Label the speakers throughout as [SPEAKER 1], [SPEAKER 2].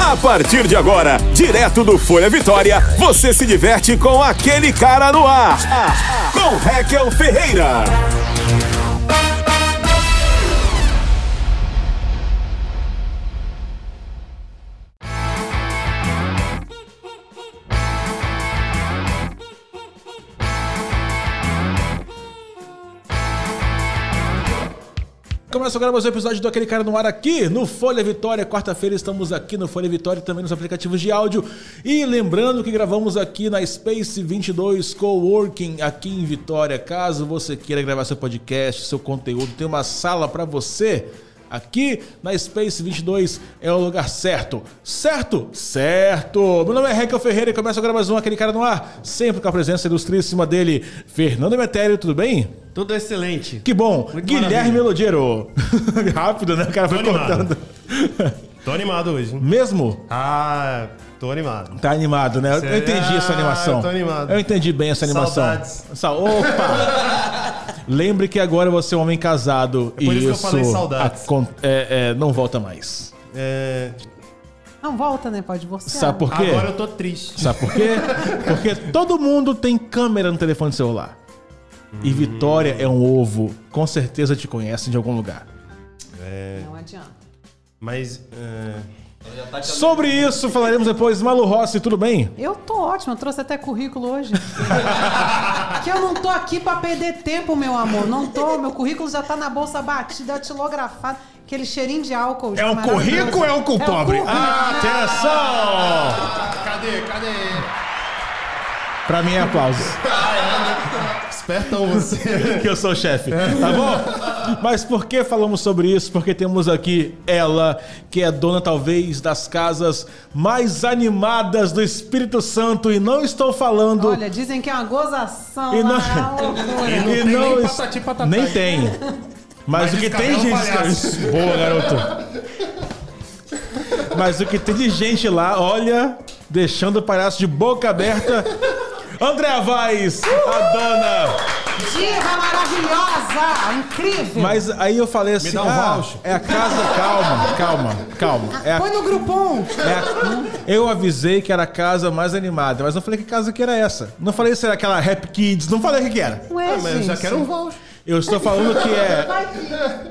[SPEAKER 1] A partir de agora, direto do Folha Vitória, você se diverte com aquele cara no ar. Com Raquel Ferreira.
[SPEAKER 2] Começa agora mais um episódio do Aquele Cara no Ar aqui no Folha Vitória. Quarta-feira estamos aqui no Folha Vitória e também nos aplicativos de áudio. E lembrando que gravamos aqui na Space 22 Coworking aqui em Vitória. Caso você queira gravar seu podcast, seu conteúdo, tem uma sala para você. Aqui na Space 22 é o lugar certo. Certo? Certo! Meu nome é Raquel Ferreira e começa agora mais um Aquele Cara no Ar, sempre com a presença ilustríssima dele, Fernando Metério, tudo bem?
[SPEAKER 3] Tudo excelente.
[SPEAKER 2] Que bom.
[SPEAKER 3] Muito
[SPEAKER 2] Guilherme
[SPEAKER 3] maravilha.
[SPEAKER 2] Melodiero. Rápido, né? O cara foi
[SPEAKER 3] Tô animado.
[SPEAKER 2] contando.
[SPEAKER 3] Tô animado hoje. hein?
[SPEAKER 2] Mesmo?
[SPEAKER 3] Ah, tô animado.
[SPEAKER 2] Tá animado, né? Eu
[SPEAKER 3] Sério?
[SPEAKER 2] entendi essa
[SPEAKER 3] Ah,
[SPEAKER 2] animação.
[SPEAKER 3] eu tô animado.
[SPEAKER 2] Eu entendi bem essa animação.
[SPEAKER 3] Saudades.
[SPEAKER 2] Sa- Opa! Lembre que agora você é um homem casado
[SPEAKER 3] por
[SPEAKER 2] e
[SPEAKER 3] isso que eu falei saudades.
[SPEAKER 2] acon- é, é, não volta mais.
[SPEAKER 3] É,
[SPEAKER 4] Não volta, né? Pode divorciar.
[SPEAKER 2] Sabe por quê?
[SPEAKER 3] agora eu tô triste.
[SPEAKER 2] Sabe por quê? Porque todo mundo tem câmera no telefone celular.
[SPEAKER 3] Hum.
[SPEAKER 2] E Vitória é um ovo. Com certeza te conhece de algum lugar.
[SPEAKER 4] Não adianta.
[SPEAKER 3] Mas é,
[SPEAKER 2] Sobre isso falaremos depois. Malu Rossi, tudo bem?
[SPEAKER 4] Eu tô ótima, eu trouxe até currículo hoje. que eu não tô aqui pra perder tempo, meu amor. Não tô, meu currículo já tá na bolsa batida, datilografado. Aquele cheirinho de álcool. já
[SPEAKER 2] É um
[SPEAKER 4] maravilhoso.
[SPEAKER 2] currículo ou é um culpobre? Ah,
[SPEAKER 4] É um currículo.
[SPEAKER 2] Atenção!
[SPEAKER 3] cadê, cadê?
[SPEAKER 2] Pra mim é aplauso,
[SPEAKER 3] Espertão Então você.
[SPEAKER 2] que eu sou o chefe, tá bom? Mas por que falamos sobre isso? Porque temos aqui ela, que é dona talvez das casas mais animadas do Espírito Santo, e não estou falando.
[SPEAKER 4] Olha, dizem que é uma gozação.
[SPEAKER 2] E
[SPEAKER 4] lá,
[SPEAKER 2] não-
[SPEAKER 4] é uma loucura.
[SPEAKER 2] e
[SPEAKER 3] tem nem
[SPEAKER 2] es-
[SPEAKER 3] patati patatá.
[SPEAKER 2] Nem tem. Mas,
[SPEAKER 3] Mas
[SPEAKER 2] o que
[SPEAKER 3] esse cara
[SPEAKER 2] tem
[SPEAKER 3] é um
[SPEAKER 2] gente.
[SPEAKER 3] palhaço.
[SPEAKER 2] Boa, garoto. Mas o que tem de gente lá, olha, deixando o palhaço de boca aberta. Andréa Vaz, a dona.
[SPEAKER 4] Diva maravilhosa, incrível.
[SPEAKER 2] Mas aí eu falei assim,
[SPEAKER 3] dá um
[SPEAKER 2] ah,
[SPEAKER 3] voucher."
[SPEAKER 2] é a casa, calma, calma, calma. É a,
[SPEAKER 4] Foi no um. grupom.
[SPEAKER 2] é a- eu avisei que era a casa mais animada, mas não falei que casa que era essa. Não falei se era aquela Rap Kids, não falei o que que era.
[SPEAKER 4] Ué,
[SPEAKER 3] Ah, mas eu
[SPEAKER 4] gente.
[SPEAKER 3] já quero um voucher.
[SPEAKER 2] Eu estou falando que é
[SPEAKER 4] Vai que um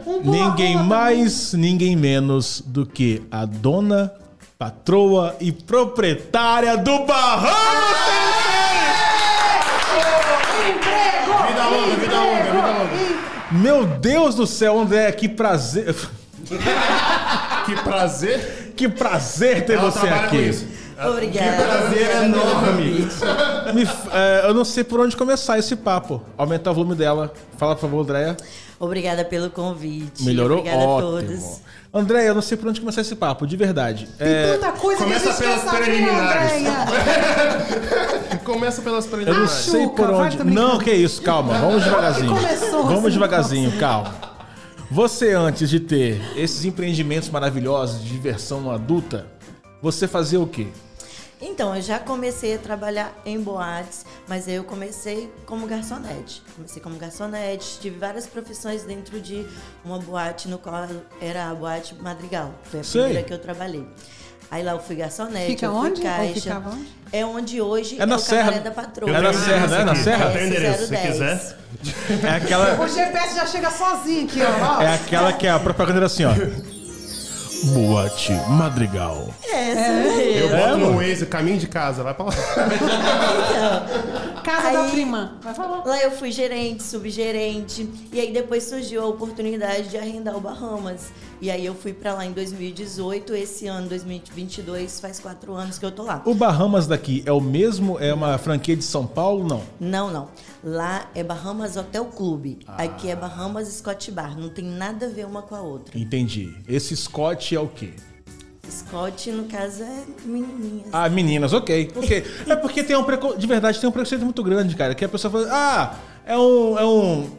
[SPEAKER 4] pula-pula
[SPEAKER 2] ninguém
[SPEAKER 4] também.
[SPEAKER 2] mais, ninguém menos do que a dona, patroa e proprietária do Barrão Sensei!
[SPEAKER 4] Emprego!
[SPEAKER 3] Vida longa, vida longa,
[SPEAKER 4] emprego,
[SPEAKER 3] vida longa.
[SPEAKER 4] em-
[SPEAKER 2] Meu Deus do céu, André, que prazer.
[SPEAKER 3] Que prazer.
[SPEAKER 2] Que prazer ter
[SPEAKER 3] Ela
[SPEAKER 2] você
[SPEAKER 3] trabalha com
[SPEAKER 2] aqui.
[SPEAKER 3] isso.
[SPEAKER 5] Obrigada.
[SPEAKER 3] Que prazer
[SPEAKER 6] É
[SPEAKER 3] enorme.
[SPEAKER 2] Me f- é, eu não sei por onde começar esse papo. Aumentar o volume dela. Fala, por favor, Andréia.
[SPEAKER 5] Obrigada pelo convite.
[SPEAKER 2] Melhorou?
[SPEAKER 5] Obrigada
[SPEAKER 2] Ótimo.
[SPEAKER 5] a todos.
[SPEAKER 2] Andréia, eu não sei por onde começar esse papo, de verdade.
[SPEAKER 4] Tem
[SPEAKER 2] É,
[SPEAKER 4] tanta coisa
[SPEAKER 3] começa
[SPEAKER 4] que a gente
[SPEAKER 3] pelas
[SPEAKER 4] quer saber, né,
[SPEAKER 3] preliminares.
[SPEAKER 4] Andréia.
[SPEAKER 3] Começa pelas
[SPEAKER 2] eu não
[SPEAKER 3] preliminares.
[SPEAKER 2] sei
[SPEAKER 4] Chuca,
[SPEAKER 2] por
[SPEAKER 4] vai tá
[SPEAKER 2] onde.
[SPEAKER 4] também.
[SPEAKER 2] Não, que isso, calma. Vamos devagarzinho.
[SPEAKER 4] Que começou
[SPEAKER 2] Vamos
[SPEAKER 4] assim,
[SPEAKER 2] devagarzinho, calma. Você, antes de ter esses empreendimentos maravilhosos de diversão adulta, você fazia o quê?
[SPEAKER 5] Então, eu já comecei a trabalhar em boates, mas aí eu comecei como garçonete. Comecei como garçonete, tive várias profissões dentro de uma boate no qual era a boate Madrigal. Foi a
[SPEAKER 2] Sei.
[SPEAKER 5] primeira que eu trabalhei. Aí lá eu fui garçonete,
[SPEAKER 4] Fica
[SPEAKER 5] eu fui
[SPEAKER 4] onde? Ou
[SPEAKER 5] caixa.
[SPEAKER 4] ficava onde?
[SPEAKER 5] É onde hoje
[SPEAKER 2] É na
[SPEAKER 5] o
[SPEAKER 2] Serra.
[SPEAKER 5] Cabaré da Patroa.
[SPEAKER 2] É na
[SPEAKER 3] tenho
[SPEAKER 2] Serra,
[SPEAKER 3] endereço
[SPEAKER 2] né? Na
[SPEAKER 3] aqui.
[SPEAKER 2] Serra?
[SPEAKER 3] Eu tenho endereço, se
[SPEAKER 5] 010.
[SPEAKER 3] quiser.
[SPEAKER 2] É aquela.
[SPEAKER 4] O GPS já chega sozinho aqui, ó.
[SPEAKER 2] É aquela que é a propaganda era assim, ó. Boate Madrigal.
[SPEAKER 5] É, essa mesmo.
[SPEAKER 3] Eu boto
[SPEAKER 2] mano.
[SPEAKER 3] no Waze, caminho de casa, vai pra lá.
[SPEAKER 4] Casa da
[SPEAKER 5] Aí-
[SPEAKER 4] prima. Vai falar.
[SPEAKER 5] Lá eu fui gerente, subgerente, e aí depois surgiu a oportunidade de arrendar o Bahamas. E aí eu fui pra lá em 2018, esse ano, 2022, faz quatro anos que eu tô lá.
[SPEAKER 2] O Bahamas daqui é o mesmo? É uma franquia de São Paulo? Não.
[SPEAKER 5] Não, não. Lá é Bahamas Hotel Clube.
[SPEAKER 2] Ah.
[SPEAKER 5] Aqui é Bahamas Scott Bar. Não tem nada a ver uma com a outra.
[SPEAKER 2] Entendi. Esse Scott é o quê?
[SPEAKER 5] Scott, no caso, é menininhas.
[SPEAKER 2] Ah, meninas, ok, ok. É porque tem um preconceito. De verdade, tem um preconceito muito grande, cara. Que a pessoa fala, ah, é um. É um.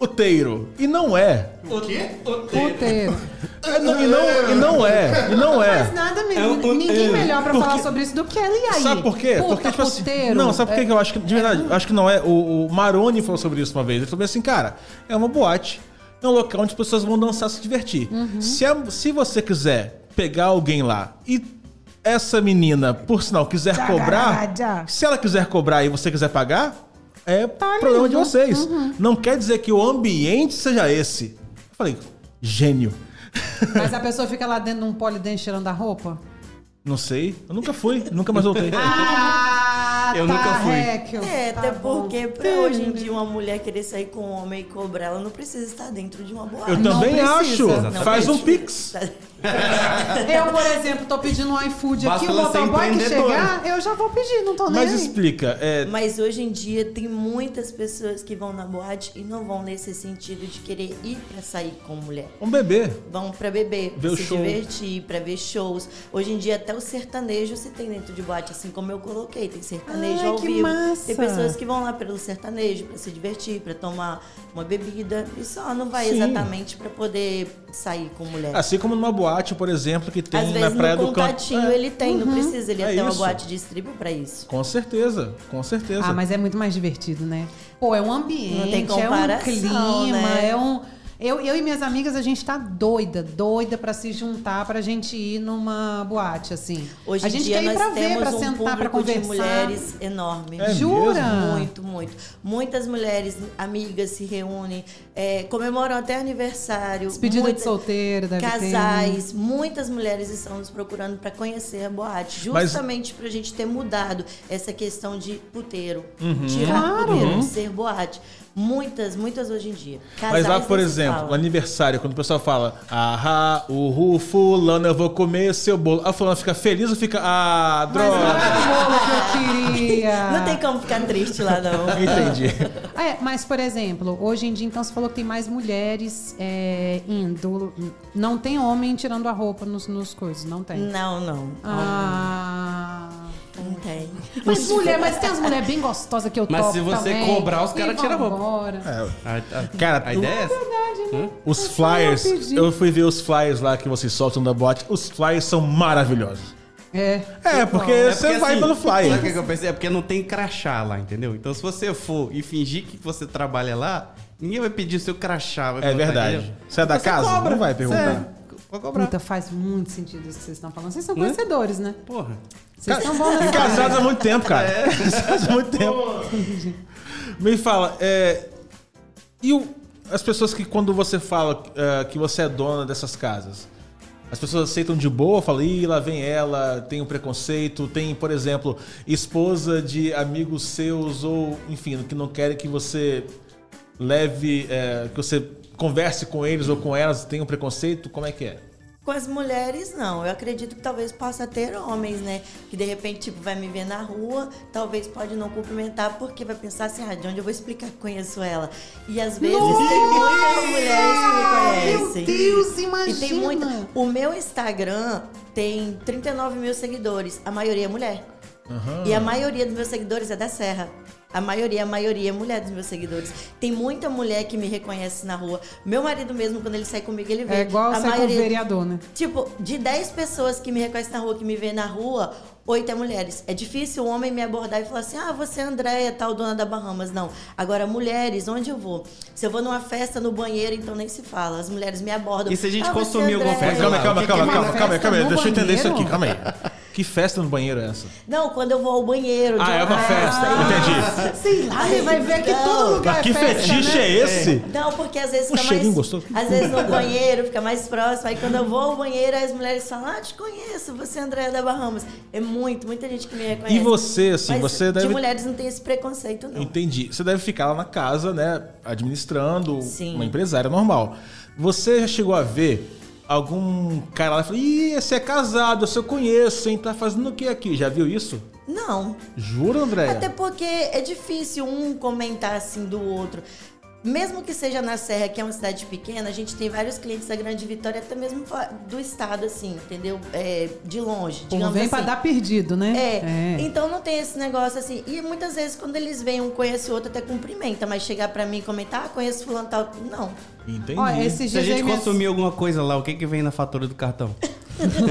[SPEAKER 2] Uteiro. E não é.
[SPEAKER 3] O quê?
[SPEAKER 4] Puteiro.
[SPEAKER 2] É, não- e, não, e não é. E não
[SPEAKER 4] Mas
[SPEAKER 2] é.
[SPEAKER 4] nada, menina.
[SPEAKER 2] É um puteiro.
[SPEAKER 4] Ninguém melhor pra
[SPEAKER 2] Por
[SPEAKER 4] falar
[SPEAKER 2] quê?
[SPEAKER 4] sobre isso do que ela. E Tá aí?
[SPEAKER 2] Sabe por quê?
[SPEAKER 4] Puta,
[SPEAKER 2] assim,
[SPEAKER 4] puteiro.
[SPEAKER 2] Não, sabe por quê
[SPEAKER 4] É.
[SPEAKER 2] que eu acho que. De verdade, eu acho que não é. O, o Maroni falou sobre isso uma vez. Ele falou assim, cara, é uma boate. É um local
[SPEAKER 4] Uhum.
[SPEAKER 2] onde as pessoas vão dançar se divertir. Se, a- se você quiser pegar alguém lá e essa menina, por sinal, quiser
[SPEAKER 4] Já,
[SPEAKER 2] cobrar,
[SPEAKER 4] já.
[SPEAKER 2] se ela quiser cobrar e você quiser pagar, é
[SPEAKER 4] Tá
[SPEAKER 2] problema de
[SPEAKER 4] livre.
[SPEAKER 2] vocês.
[SPEAKER 4] Uhum.
[SPEAKER 2] Não quer dizer que o ambiente seja esse. Eu falei, gênio.
[SPEAKER 4] Mas a pessoa fica lá dentro de um polidente tirando a roupa?
[SPEAKER 2] Não sei, eu nunca fui, nunca mais voltei.
[SPEAKER 4] Ah,
[SPEAKER 6] Eu
[SPEAKER 4] tá,
[SPEAKER 6] nunca fui.
[SPEAKER 2] Ah,
[SPEAKER 4] Raquel,
[SPEAKER 5] É,
[SPEAKER 4] tá
[SPEAKER 5] até
[SPEAKER 4] bom.
[SPEAKER 5] porque pra hoje em dia uma mulher querer sair com um homem e cobrar, ela não precisa estar dentro de uma boate.
[SPEAKER 2] Eu
[SPEAKER 4] Não
[SPEAKER 2] também
[SPEAKER 4] precisa.
[SPEAKER 2] acho.
[SPEAKER 4] Não
[SPEAKER 2] Faz um pix.
[SPEAKER 5] precisa.
[SPEAKER 4] Eu, por exemplo, tô pedindo um iFood aqui,
[SPEAKER 6] Basta
[SPEAKER 4] o
[SPEAKER 6] ela ser
[SPEAKER 4] motoboy que
[SPEAKER 6] empreendedora.
[SPEAKER 4] chegar, eu já vou pedir, não tô nem
[SPEAKER 2] Mas
[SPEAKER 4] aí.
[SPEAKER 2] explica, é,
[SPEAKER 5] Mas hoje em dia tem muitas pessoas que vão na boate e não vão nesse sentido de querer ir pra sair com mulher.
[SPEAKER 2] um bebê.
[SPEAKER 5] Vão pra beber,
[SPEAKER 2] Ver o
[SPEAKER 5] pra se
[SPEAKER 2] show.
[SPEAKER 5] divertir, pra ver shows. Hoje em dia até o sertanejo se tem dentro de boate, assim como eu coloquei. Tem sertanejo
[SPEAKER 4] Ai,
[SPEAKER 5] ao
[SPEAKER 4] que
[SPEAKER 5] vivo.
[SPEAKER 4] massa.
[SPEAKER 5] Tem pessoas que vão lá pelo sertanejo pra se divertir, pra tomar uma bebida. E só não vai
[SPEAKER 2] Sim.
[SPEAKER 5] exatamente pra poder sair com mulher.
[SPEAKER 2] Assim como numa boate, por exemplo, que tem
[SPEAKER 5] Às
[SPEAKER 2] na
[SPEAKER 5] vezes
[SPEAKER 2] Praia
[SPEAKER 5] no
[SPEAKER 2] do Campo.
[SPEAKER 5] contatinho
[SPEAKER 2] É,
[SPEAKER 5] ele tá. tem, não precisa. Ele
[SPEAKER 2] É
[SPEAKER 5] até uma
[SPEAKER 2] isso.
[SPEAKER 5] boate de strip pra isso.
[SPEAKER 2] Com certeza, com certeza.
[SPEAKER 4] Ah, mas é muito mais divertido, né? Pô, é um ambiente,
[SPEAKER 5] Não tem
[SPEAKER 4] é um
[SPEAKER 5] comparação,
[SPEAKER 4] clima,
[SPEAKER 5] né?
[SPEAKER 4] é um... Eu, eu e minhas amigas, a gente tá doida, doida pra se juntar, pra gente ir numa boate, assim.
[SPEAKER 5] Hoje
[SPEAKER 4] a
[SPEAKER 5] em
[SPEAKER 4] gente
[SPEAKER 5] dia
[SPEAKER 4] quer ir
[SPEAKER 5] nós
[SPEAKER 4] pra
[SPEAKER 5] temos
[SPEAKER 4] ver, pra
[SPEAKER 5] um
[SPEAKER 4] sentar, pra conversar.
[SPEAKER 5] público de mulheres enorme.
[SPEAKER 2] É
[SPEAKER 4] Jura?
[SPEAKER 5] Muito, muito. Muitas mulheres amigas se reúnem, é, comemoram até aniversário.
[SPEAKER 4] Despedida
[SPEAKER 5] muitas-
[SPEAKER 4] de solteiro, deve ter, né?
[SPEAKER 5] Casais, muitas mulheres estão nos procurando para conhecer a boate,
[SPEAKER 2] Mas-
[SPEAKER 5] justamente para a gente ter mudado essa questão de puteiro,
[SPEAKER 2] Uhum.
[SPEAKER 5] tirar
[SPEAKER 4] Claro.
[SPEAKER 5] puteiro, ser boate. Muitas, muitas hoje em dia.
[SPEAKER 2] Mas
[SPEAKER 5] Casais
[SPEAKER 2] lá, por
[SPEAKER 5] nem se
[SPEAKER 2] exemplo,
[SPEAKER 5] fala.
[SPEAKER 2] no aniversário, quando o pessoal fala, ahá, uhu, fulano, eu vou comer seu bolo. A fulana fica feliz ou fica, ah,
[SPEAKER 4] Mas não
[SPEAKER 2] droga.
[SPEAKER 4] era o bolo que eu queria.
[SPEAKER 5] não tem como ficar triste lá não.
[SPEAKER 2] Entendi.
[SPEAKER 4] É, mas, por exemplo, hoje em dia, então, você falou que tem mais mulheres é, indo. Não tem homem tirando a roupa nos, nos coisas, não tem.
[SPEAKER 5] Não, não.
[SPEAKER 4] Ah.
[SPEAKER 5] Não tem.
[SPEAKER 4] Mas mulher, mas tem as mulheres bem gostosas que eu
[SPEAKER 6] Mas
[SPEAKER 4] topo
[SPEAKER 6] se você
[SPEAKER 4] também.
[SPEAKER 6] cobrar, os
[SPEAKER 4] E
[SPEAKER 6] caras tiram a roupa. É.
[SPEAKER 4] vambora. né?
[SPEAKER 6] A, a-
[SPEAKER 2] Cara, o-
[SPEAKER 6] a ideia é essa?
[SPEAKER 2] os flyers, eu fui ver os flyers lá que vocês soltam da boate. Os flyers são maravilhosos.
[SPEAKER 4] É.
[SPEAKER 2] É,
[SPEAKER 4] Eu
[SPEAKER 2] porque
[SPEAKER 4] topo.
[SPEAKER 2] você vai pelo
[SPEAKER 6] assim, Sabe o que
[SPEAKER 2] flyer.
[SPEAKER 6] que eu pensei? É porque não tem crachá lá, entendeu? Então se você for e fingir que você trabalha lá, ninguém vai pedir o seu crachá. vai
[SPEAKER 2] É
[SPEAKER 6] perguntar,
[SPEAKER 2] verdade.
[SPEAKER 6] entendeu?
[SPEAKER 2] Você é da
[SPEAKER 6] Você é,
[SPEAKER 2] casa?
[SPEAKER 6] cobra.
[SPEAKER 2] Não vai perguntar.
[SPEAKER 6] Você Vai cobrar.
[SPEAKER 4] Puta, faz muito sentido isso que vocês estão falando. Vocês são conhecedores, né?
[SPEAKER 6] Porra.
[SPEAKER 4] Vocês estão bons nessa
[SPEAKER 2] Casados há muito tempo, cara. Casados há muito tempo. Me fala, é, e o- as pessoas que quando você fala é, que você é dona dessas casas, as pessoas aceitam de boa, falam, ih, lá vem ela, tem um preconceito, tem, por exemplo, esposa de amigos seus ou, enfim, que não querem que você leve, é, que você converse com eles ou com elas, tem um preconceito, como é que é?
[SPEAKER 5] Com as mulheres, não. Eu acredito que talvez possa ter homens, né? Que de repente, tipo, vai me ver na rua, talvez pode não cumprimentar, porque vai pensar assim, ah, de onde eu vou explicar que conheço ela? E às vezes tem muitas mulheres que me
[SPEAKER 4] Meu
[SPEAKER 5] conhecem.
[SPEAKER 4] Deus,
[SPEAKER 5] E tem muita.
[SPEAKER 4] imagina.
[SPEAKER 5] O meu Instagram tem 39 mil seguidores, a maioria é mulher. E a maioria dos meus seguidores é da Serra. A maioria, a maioria é mulher dos meus seguidores. Tem muita mulher que me reconhece na rua. Meu marido mesmo, quando ele sai comigo, ele vê.
[SPEAKER 4] É igual
[SPEAKER 5] a
[SPEAKER 4] você com o vereador, né?
[SPEAKER 5] Tipo, de 10 pessoas que me reconhecem na rua, que me vê na rua, 8 é mulheres. É difícil um homem me abordar e falar assim: ah, você é Andréia, tal, dona da Bahamas. Não. Agora, mulheres, onde eu vou? Se eu vou numa festa, no banheiro, então nem se fala. As mulheres me abordam.
[SPEAKER 6] E se a gente
[SPEAKER 5] "Ah, você é
[SPEAKER 6] consumir alguma
[SPEAKER 5] Andréia?"
[SPEAKER 6] coisa lá?
[SPEAKER 2] Calma,
[SPEAKER 6] o
[SPEAKER 2] calma, calma,
[SPEAKER 6] que
[SPEAKER 4] que
[SPEAKER 2] calma,
[SPEAKER 4] é uma
[SPEAKER 2] calma,
[SPEAKER 4] festa
[SPEAKER 2] calma,
[SPEAKER 4] no
[SPEAKER 2] deixa eu entender isso aqui,
[SPEAKER 4] banheiro?
[SPEAKER 2] calma aí. Que festa no banheiro é essa?
[SPEAKER 5] Não, quando eu vou ao banheiro. de
[SPEAKER 2] Ah, é uma festa, entendi.
[SPEAKER 4] Sei lá, ele vai ver que
[SPEAKER 5] Não.
[SPEAKER 4] todo lugar
[SPEAKER 2] Mas que
[SPEAKER 4] é festa,
[SPEAKER 2] fetiche
[SPEAKER 4] né?
[SPEAKER 2] é esse?
[SPEAKER 5] Não, porque às vezes
[SPEAKER 2] Um
[SPEAKER 5] fica
[SPEAKER 2] cheirinho
[SPEAKER 5] mais.
[SPEAKER 2] gostoso.
[SPEAKER 5] Às vezes no banheiro fica mais próximo. Aí quando eu vou ao banheiro, aí as mulheres falam: Ah, te conheço, você é Andréia da Bahamas. É muito, muita gente que me reconhece.
[SPEAKER 2] E você, assim,
[SPEAKER 5] Mas
[SPEAKER 2] você
[SPEAKER 5] de
[SPEAKER 2] deve-
[SPEAKER 5] mulheres não tem esse preconceito, não.
[SPEAKER 2] Entendi. Você deve ficar lá na casa, né? Administrando
[SPEAKER 5] Sim.
[SPEAKER 2] uma empresária normal. Você já chegou a ver algum cara lá e falou: Ih, você é casado, eu só conheço, hein? Tá fazendo o que aqui? Já viu isso?
[SPEAKER 5] Não.
[SPEAKER 2] Juro, Andréia.
[SPEAKER 5] Até porque é difícil um comentar assim do outro. Mesmo que seja na Serra, que é uma cidade pequena, a gente tem vários clientes da Grande Vitória, até mesmo fora- do estado, assim, entendeu? É, de longe,
[SPEAKER 4] Pô,
[SPEAKER 5] digamos
[SPEAKER 4] vem
[SPEAKER 5] assim.
[SPEAKER 4] pra dar perdido, né?
[SPEAKER 5] É. Então não tem esse negócio assim. E muitas vezes quando eles vêm, um conhece o outro, até cumprimenta, mas chegar pra mim e comentar, ah, conheço fulano tal. Não.
[SPEAKER 2] Entendi.
[SPEAKER 4] Olha, esses
[SPEAKER 6] Se a
[SPEAKER 4] dias aí
[SPEAKER 6] gente
[SPEAKER 4] minha-
[SPEAKER 6] consumir alguma coisa lá, o que que vem na fatura do cartão?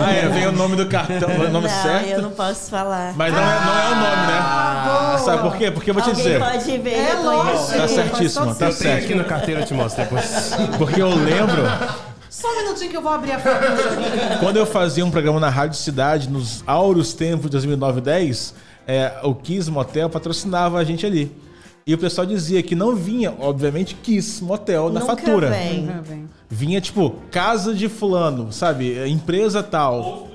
[SPEAKER 2] Ah, é, vem o nome do cartão, o nome
[SPEAKER 5] não,
[SPEAKER 2] certo.
[SPEAKER 5] eu não posso falar.
[SPEAKER 2] Mas não é, não é o nome, né? Sabe por quê? Porque eu vou te
[SPEAKER 5] Alguém
[SPEAKER 2] dizer.
[SPEAKER 5] pode ver,
[SPEAKER 4] É
[SPEAKER 5] reconhecer.
[SPEAKER 4] lógico.
[SPEAKER 2] Tá
[SPEAKER 4] Faz todo
[SPEAKER 2] certíssimo, tá
[SPEAKER 3] Eu tenho
[SPEAKER 2] certo.
[SPEAKER 3] aqui na carteira, eu te mostro depois.
[SPEAKER 2] Porque eu lembro.
[SPEAKER 4] Só um minutinho que eu vou abrir a fatura.
[SPEAKER 2] Quando eu fazia um programa na Rádio Cidade, nos áureos tempos de 2009 e 10, é, o Kiss Motel patrocinava a gente ali. E o pessoal dizia que não vinha, obviamente, Kiss Motel na
[SPEAKER 5] Nunca
[SPEAKER 2] fatura.
[SPEAKER 5] vem.
[SPEAKER 4] Tá bem.
[SPEAKER 2] Vinha, tipo, casa de fulano, sabe? Empresa tal.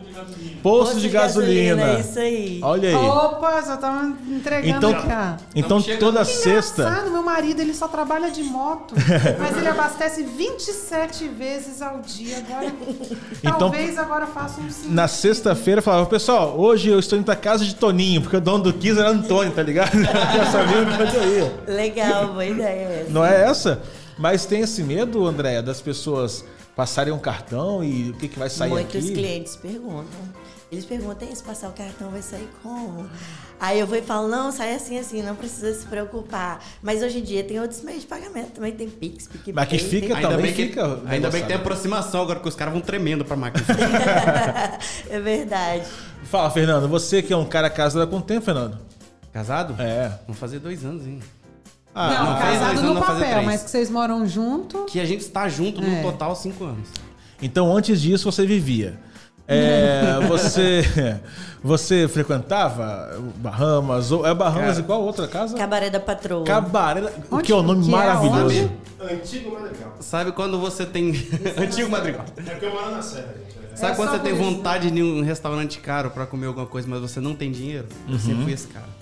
[SPEAKER 2] Posto de gasolina.
[SPEAKER 5] É isso aí.
[SPEAKER 2] Olha aí.
[SPEAKER 4] Opa, já tava entregando
[SPEAKER 2] Então,
[SPEAKER 4] aqui. a-
[SPEAKER 2] então
[SPEAKER 6] Estamos chegando.
[SPEAKER 2] toda
[SPEAKER 4] Que
[SPEAKER 2] sexta...
[SPEAKER 4] engraçado, meu marido ele só trabalha de moto, mas ele abastece 27 vezes ao dia. Agora,
[SPEAKER 2] Então-
[SPEAKER 4] talvez agora eu faça um sim.
[SPEAKER 2] Na sexta-feira eu falava, pessoal, hoje eu estou indo pra casa de Toninho, porque o dono do Kiss era Antônio, tá ligado? Já sabia onde eu ia.
[SPEAKER 5] Legal, boa ideia. essa.
[SPEAKER 2] Não é essa? Mas tem esse medo, Andréia, das pessoas passarem um cartão e o que, que vai sair
[SPEAKER 5] Muitos
[SPEAKER 2] aqui?
[SPEAKER 5] clientes perguntam. Eles perguntam, "E se passar o cartão vai sair como? Aí eu vou e falo, não, sai assim, assim, não precisa se preocupar. Mas hoje em dia tem outros meios de pagamento, também tem Pix, PicPay.
[SPEAKER 2] Mas que fica-
[SPEAKER 5] tem-
[SPEAKER 6] Ainda,
[SPEAKER 2] também
[SPEAKER 6] bem que,
[SPEAKER 2] fica
[SPEAKER 6] ainda bem
[SPEAKER 2] negociado.
[SPEAKER 6] que tem aproximação agora, que os caras vão tremendo pra máquina.
[SPEAKER 5] é verdade.
[SPEAKER 2] Fala, Fernando, você que é um cara casado com tempo, Fernando.
[SPEAKER 6] Casado?
[SPEAKER 2] É.
[SPEAKER 6] Vão fazer dois anos, hein?
[SPEAKER 2] Ah,
[SPEAKER 4] Não,
[SPEAKER 6] não, faz
[SPEAKER 4] casado
[SPEAKER 6] dois
[SPEAKER 4] no
[SPEAKER 6] anos, vai fazer
[SPEAKER 4] papel,
[SPEAKER 6] três.
[SPEAKER 4] mas que vocês moram junto.
[SPEAKER 6] Que a gente está junto
[SPEAKER 4] É.
[SPEAKER 6] no total cinco anos.
[SPEAKER 2] Então antes disso você vivia. É, você você frequentava Bahamas ou é Bahamas
[SPEAKER 6] Cara.
[SPEAKER 2] e qual outra casa?
[SPEAKER 5] Cabaré da patroa.
[SPEAKER 2] Cabaré, o
[SPEAKER 4] Onde
[SPEAKER 2] que é um nome
[SPEAKER 4] que é?
[SPEAKER 2] maravilhoso.
[SPEAKER 4] Onde?
[SPEAKER 3] Antigo Madrigal.
[SPEAKER 6] Sabe quando você tem. Antigo Madrigal.
[SPEAKER 3] É porque eu moro na Serra, gente. É.
[SPEAKER 6] Sabe
[SPEAKER 4] É
[SPEAKER 6] quando
[SPEAKER 4] só
[SPEAKER 6] você tem
[SPEAKER 4] por isso.
[SPEAKER 6] vontade de ir em um restaurante caro pra comer alguma coisa, mas você não tem dinheiro? Eu sempre fui esse cara.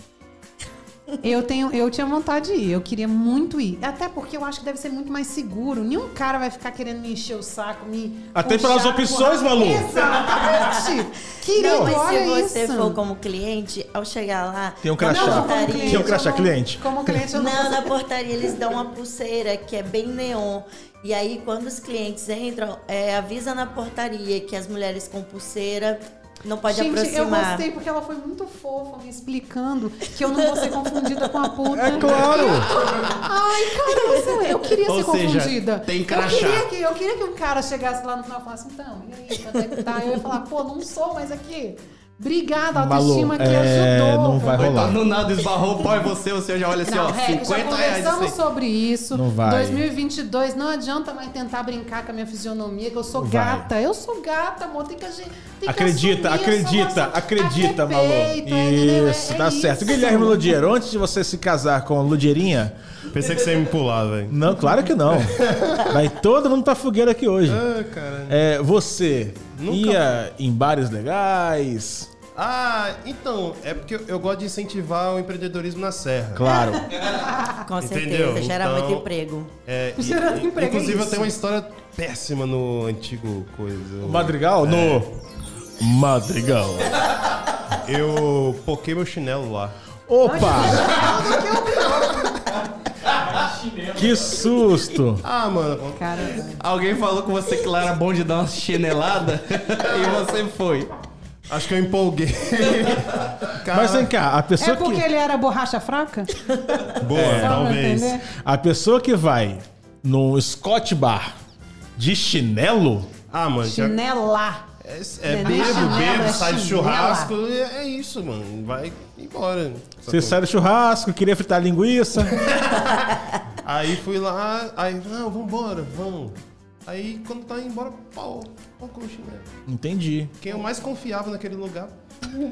[SPEAKER 4] Eu, tenho, eu tinha vontade de ir, eu queria muito ir. Até porque eu acho que deve ser muito mais seguro. Nenhum cara vai ficar querendo me encher o saco, me.
[SPEAKER 2] Até
[SPEAKER 4] puxar,
[SPEAKER 2] pelas opções,
[SPEAKER 4] porra.
[SPEAKER 2] Malu.
[SPEAKER 4] Exatamente! Querido,
[SPEAKER 5] Não, mas se
[SPEAKER 4] olha
[SPEAKER 5] você
[SPEAKER 4] isso.
[SPEAKER 5] for como cliente, ao chegar lá.
[SPEAKER 2] Tem um
[SPEAKER 5] na
[SPEAKER 2] crachá.
[SPEAKER 4] Não, como
[SPEAKER 5] portaria-
[SPEAKER 4] cliente,
[SPEAKER 2] Tem um crachá
[SPEAKER 4] eu não-
[SPEAKER 2] cliente?
[SPEAKER 4] Como cliente, eu não,
[SPEAKER 5] Não, na portaria eles dão uma pulseira que é bem neon. E aí, quando os clientes entram, é, avisa na portaria que as mulheres com pulseira não pode
[SPEAKER 4] Gente, eu
[SPEAKER 5] aproximar.
[SPEAKER 4] gostei porque ela foi muito fofa me explicando que eu não vou ser confundida com a puta.
[SPEAKER 2] É claro.
[SPEAKER 4] Ai, cara, você- eu queria
[SPEAKER 6] Ou
[SPEAKER 4] ser
[SPEAKER 6] seja,
[SPEAKER 4] confundida.
[SPEAKER 6] tem
[SPEAKER 4] eu,
[SPEAKER 6] crachá.
[SPEAKER 4] queria que, eu queria que um cara chegasse lá no final e falasse, então, e aí, quando é que tá? Eu ia falar, pô, não sou mais aqui. Obrigada, a autoestima
[SPEAKER 2] Malu,
[SPEAKER 4] que
[SPEAKER 2] é,
[SPEAKER 4] ajudou.
[SPEAKER 2] não vai
[SPEAKER 6] Ou
[SPEAKER 2] rolar.
[SPEAKER 6] então do nada esbarrou o pau e você, você já olha assim,
[SPEAKER 4] Não,
[SPEAKER 6] ó,
[SPEAKER 4] Rec,
[SPEAKER 6] 50
[SPEAKER 4] já
[SPEAKER 6] reais.
[SPEAKER 4] conversamos
[SPEAKER 3] assim.
[SPEAKER 6] isso aí.
[SPEAKER 4] sobre isso.
[SPEAKER 2] Não vai.
[SPEAKER 4] 2022, não adianta mais tentar brincar com a minha fisionomia, que eu sou
[SPEAKER 2] Vai.
[SPEAKER 4] gata. Eu sou gata, amor. Tem que, agi- tem
[SPEAKER 2] Acredita,
[SPEAKER 4] que assumir, eu sou
[SPEAKER 2] acredita,
[SPEAKER 4] nossa-
[SPEAKER 2] acredita,
[SPEAKER 4] a
[SPEAKER 2] Malu.
[SPEAKER 4] respeito, é, entendeu? É-
[SPEAKER 2] Isso,
[SPEAKER 4] é
[SPEAKER 2] tá certo. Guilherme Ludiero, antes de você se casar com a Ludierinha,
[SPEAKER 3] Pensei que você ia me pular, velho.
[SPEAKER 2] não, claro que não. Vai todo mundo pra fogueira aqui hoje.
[SPEAKER 3] Ah, cara.
[SPEAKER 2] É, você
[SPEAKER 3] Nunca
[SPEAKER 2] ia em bares legais?
[SPEAKER 3] Ah, então, é porque eu, eu gosto de incentivar o empreendedorismo na Serra.
[SPEAKER 2] Claro.
[SPEAKER 5] Com
[SPEAKER 3] Entendeu?
[SPEAKER 5] certeza, gera
[SPEAKER 3] Então-
[SPEAKER 5] muito emprego.
[SPEAKER 3] É,
[SPEAKER 4] Será que emprego é
[SPEAKER 3] inclusive, eu
[SPEAKER 4] isso?
[SPEAKER 3] tenho uma história péssima no antigo coisa.
[SPEAKER 2] Madrigal? No. Madrigal.
[SPEAKER 3] Eu poquei meu chinelo lá.
[SPEAKER 2] Opa! Que susto!
[SPEAKER 3] Ah, mano.
[SPEAKER 4] Cara,
[SPEAKER 6] Alguém falou com você que lá era bom de dar uma chinelada e você foi.
[SPEAKER 3] Acho que eu empolguei. Cara,
[SPEAKER 2] Mas vem cá, a
[SPEAKER 4] é
[SPEAKER 2] pessoa
[SPEAKER 4] porque
[SPEAKER 2] que.
[SPEAKER 4] ele era borracha fraca?
[SPEAKER 3] boa,
[SPEAKER 6] É.
[SPEAKER 4] Só né? pra
[SPEAKER 3] talvez.
[SPEAKER 4] entender.
[SPEAKER 2] A pessoa que vai num Scott Bar de chinelo.
[SPEAKER 3] Ah, mano. já-
[SPEAKER 4] Chinela.
[SPEAKER 3] É,
[SPEAKER 4] Não
[SPEAKER 3] é
[SPEAKER 4] é nem
[SPEAKER 3] bebo,
[SPEAKER 4] chinelo, é
[SPEAKER 3] bebo, sai de
[SPEAKER 4] chinela.
[SPEAKER 3] churrasco. e É, isso, mano. Vai embora.
[SPEAKER 2] Você
[SPEAKER 3] Sacou?
[SPEAKER 2] sai do churrasco, queria fritar linguiça.
[SPEAKER 3] Aí fui lá, aí, não, vambora, vamos. Aí quando tá indo embora, pau, pau com o chinelo.
[SPEAKER 2] Entendi.
[SPEAKER 3] Quem eu mais confiava naquele lugar me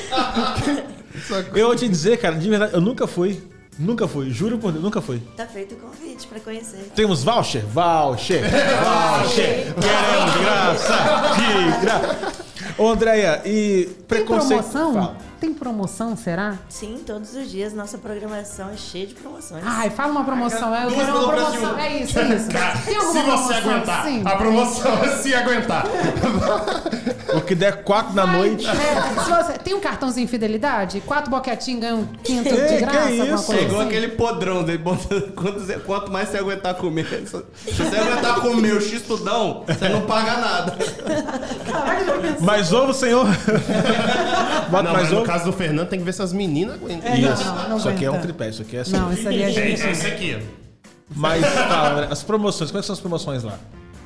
[SPEAKER 3] deixou na mão.
[SPEAKER 2] Eu vou te dizer, cara, de verdade, eu nunca fui. Nunca fui, juro por Deus, nunca fui.
[SPEAKER 5] Tá feito o convite pra conhecer.
[SPEAKER 2] Temos voucher? Voucher! Voucher! Queremos graça! De graça! Ô, Andréia, e
[SPEAKER 4] Tem
[SPEAKER 2] preconceito.
[SPEAKER 4] promoção?
[SPEAKER 2] Fala.
[SPEAKER 4] Tem promoção, será?
[SPEAKER 5] Sim, todos os dias nossa programação é cheia de promoções.
[SPEAKER 2] Ah.
[SPEAKER 4] Ai, fala uma promoção. é, eu
[SPEAKER 3] duas
[SPEAKER 4] quero uma
[SPEAKER 3] pelo
[SPEAKER 4] promoção.
[SPEAKER 3] Brasil.
[SPEAKER 4] É isso, é isso. Tem alguma
[SPEAKER 3] se você
[SPEAKER 4] promoção? assim?
[SPEAKER 3] aguentar,
[SPEAKER 4] Sim.
[SPEAKER 3] a promoção é se aguentar.
[SPEAKER 2] O que der quatro da
[SPEAKER 4] Ai,
[SPEAKER 2] noite.
[SPEAKER 4] é, se você- tem um cartãozinho fidelidade? Quatro boquetinhos ganham um quinto
[SPEAKER 2] Ei,
[SPEAKER 4] de
[SPEAKER 2] que é
[SPEAKER 4] graça? alguma
[SPEAKER 2] isso?
[SPEAKER 3] É
[SPEAKER 4] coisa
[SPEAKER 6] Chegou
[SPEAKER 4] assim?
[SPEAKER 6] aquele podrão dele, botando- quanto, você- quanto mais você aguentar comer. Se você aguentar comer o xistudão, você não paga nada.
[SPEAKER 2] Mais ovo, senhor? Bota
[SPEAKER 3] Não,
[SPEAKER 2] mais
[SPEAKER 3] mas no
[SPEAKER 2] ovo.
[SPEAKER 3] caso do Fernando tem que ver se as meninas aguentam.
[SPEAKER 2] Isso.
[SPEAKER 4] não, não
[SPEAKER 2] isso aqui é um
[SPEAKER 4] aguenta.
[SPEAKER 2] tripé, isso aqui é assim.
[SPEAKER 4] Não, isso ali é gente.
[SPEAKER 3] aqui.
[SPEAKER 2] Mas fala, André, as promoções, como é que são as promoções lá?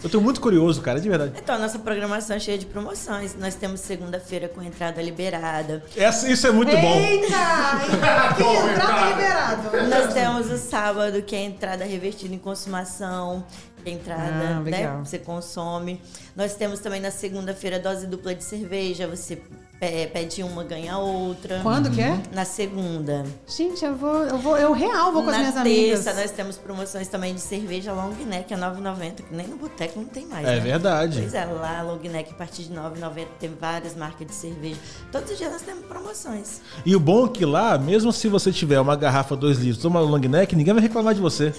[SPEAKER 2] Eu tô muito curioso, cara, de verdade.
[SPEAKER 5] Então, a nossa programação é cheia de promoções. Nós temos segunda-feira com entrada liberada.
[SPEAKER 2] Essa, isso é muito bom.
[SPEAKER 4] Eita! Quem entrar tá liberado.
[SPEAKER 5] Nós temos o sábado, que é a entrada revertida em consumação. que é a Entrada,
[SPEAKER 4] Ah,
[SPEAKER 5] né?
[SPEAKER 4] legal.
[SPEAKER 5] Você consome. Nós temos também na segunda-feira dose dupla de cerveja. Você pe- pede uma, ganha outra.
[SPEAKER 4] Quando que é?
[SPEAKER 5] Na segunda.
[SPEAKER 4] Gente, eu vou, eu vou, eu real vou com as
[SPEAKER 5] na
[SPEAKER 4] minhas
[SPEAKER 5] terça,
[SPEAKER 4] amigas.
[SPEAKER 5] nós temos promoções também de cerveja long neck é a 9,90, que nem no boteco não tem mais.
[SPEAKER 2] É
[SPEAKER 5] né?
[SPEAKER 2] verdade.
[SPEAKER 5] Pois é, lá long neck a partir de 9,90 tem várias marcas de cerveja. Todos os dias nós temos promoções.
[SPEAKER 2] E o bom é que lá, mesmo se você tiver uma garrafa, dois litros, uma long neck, ninguém vai reclamar de você.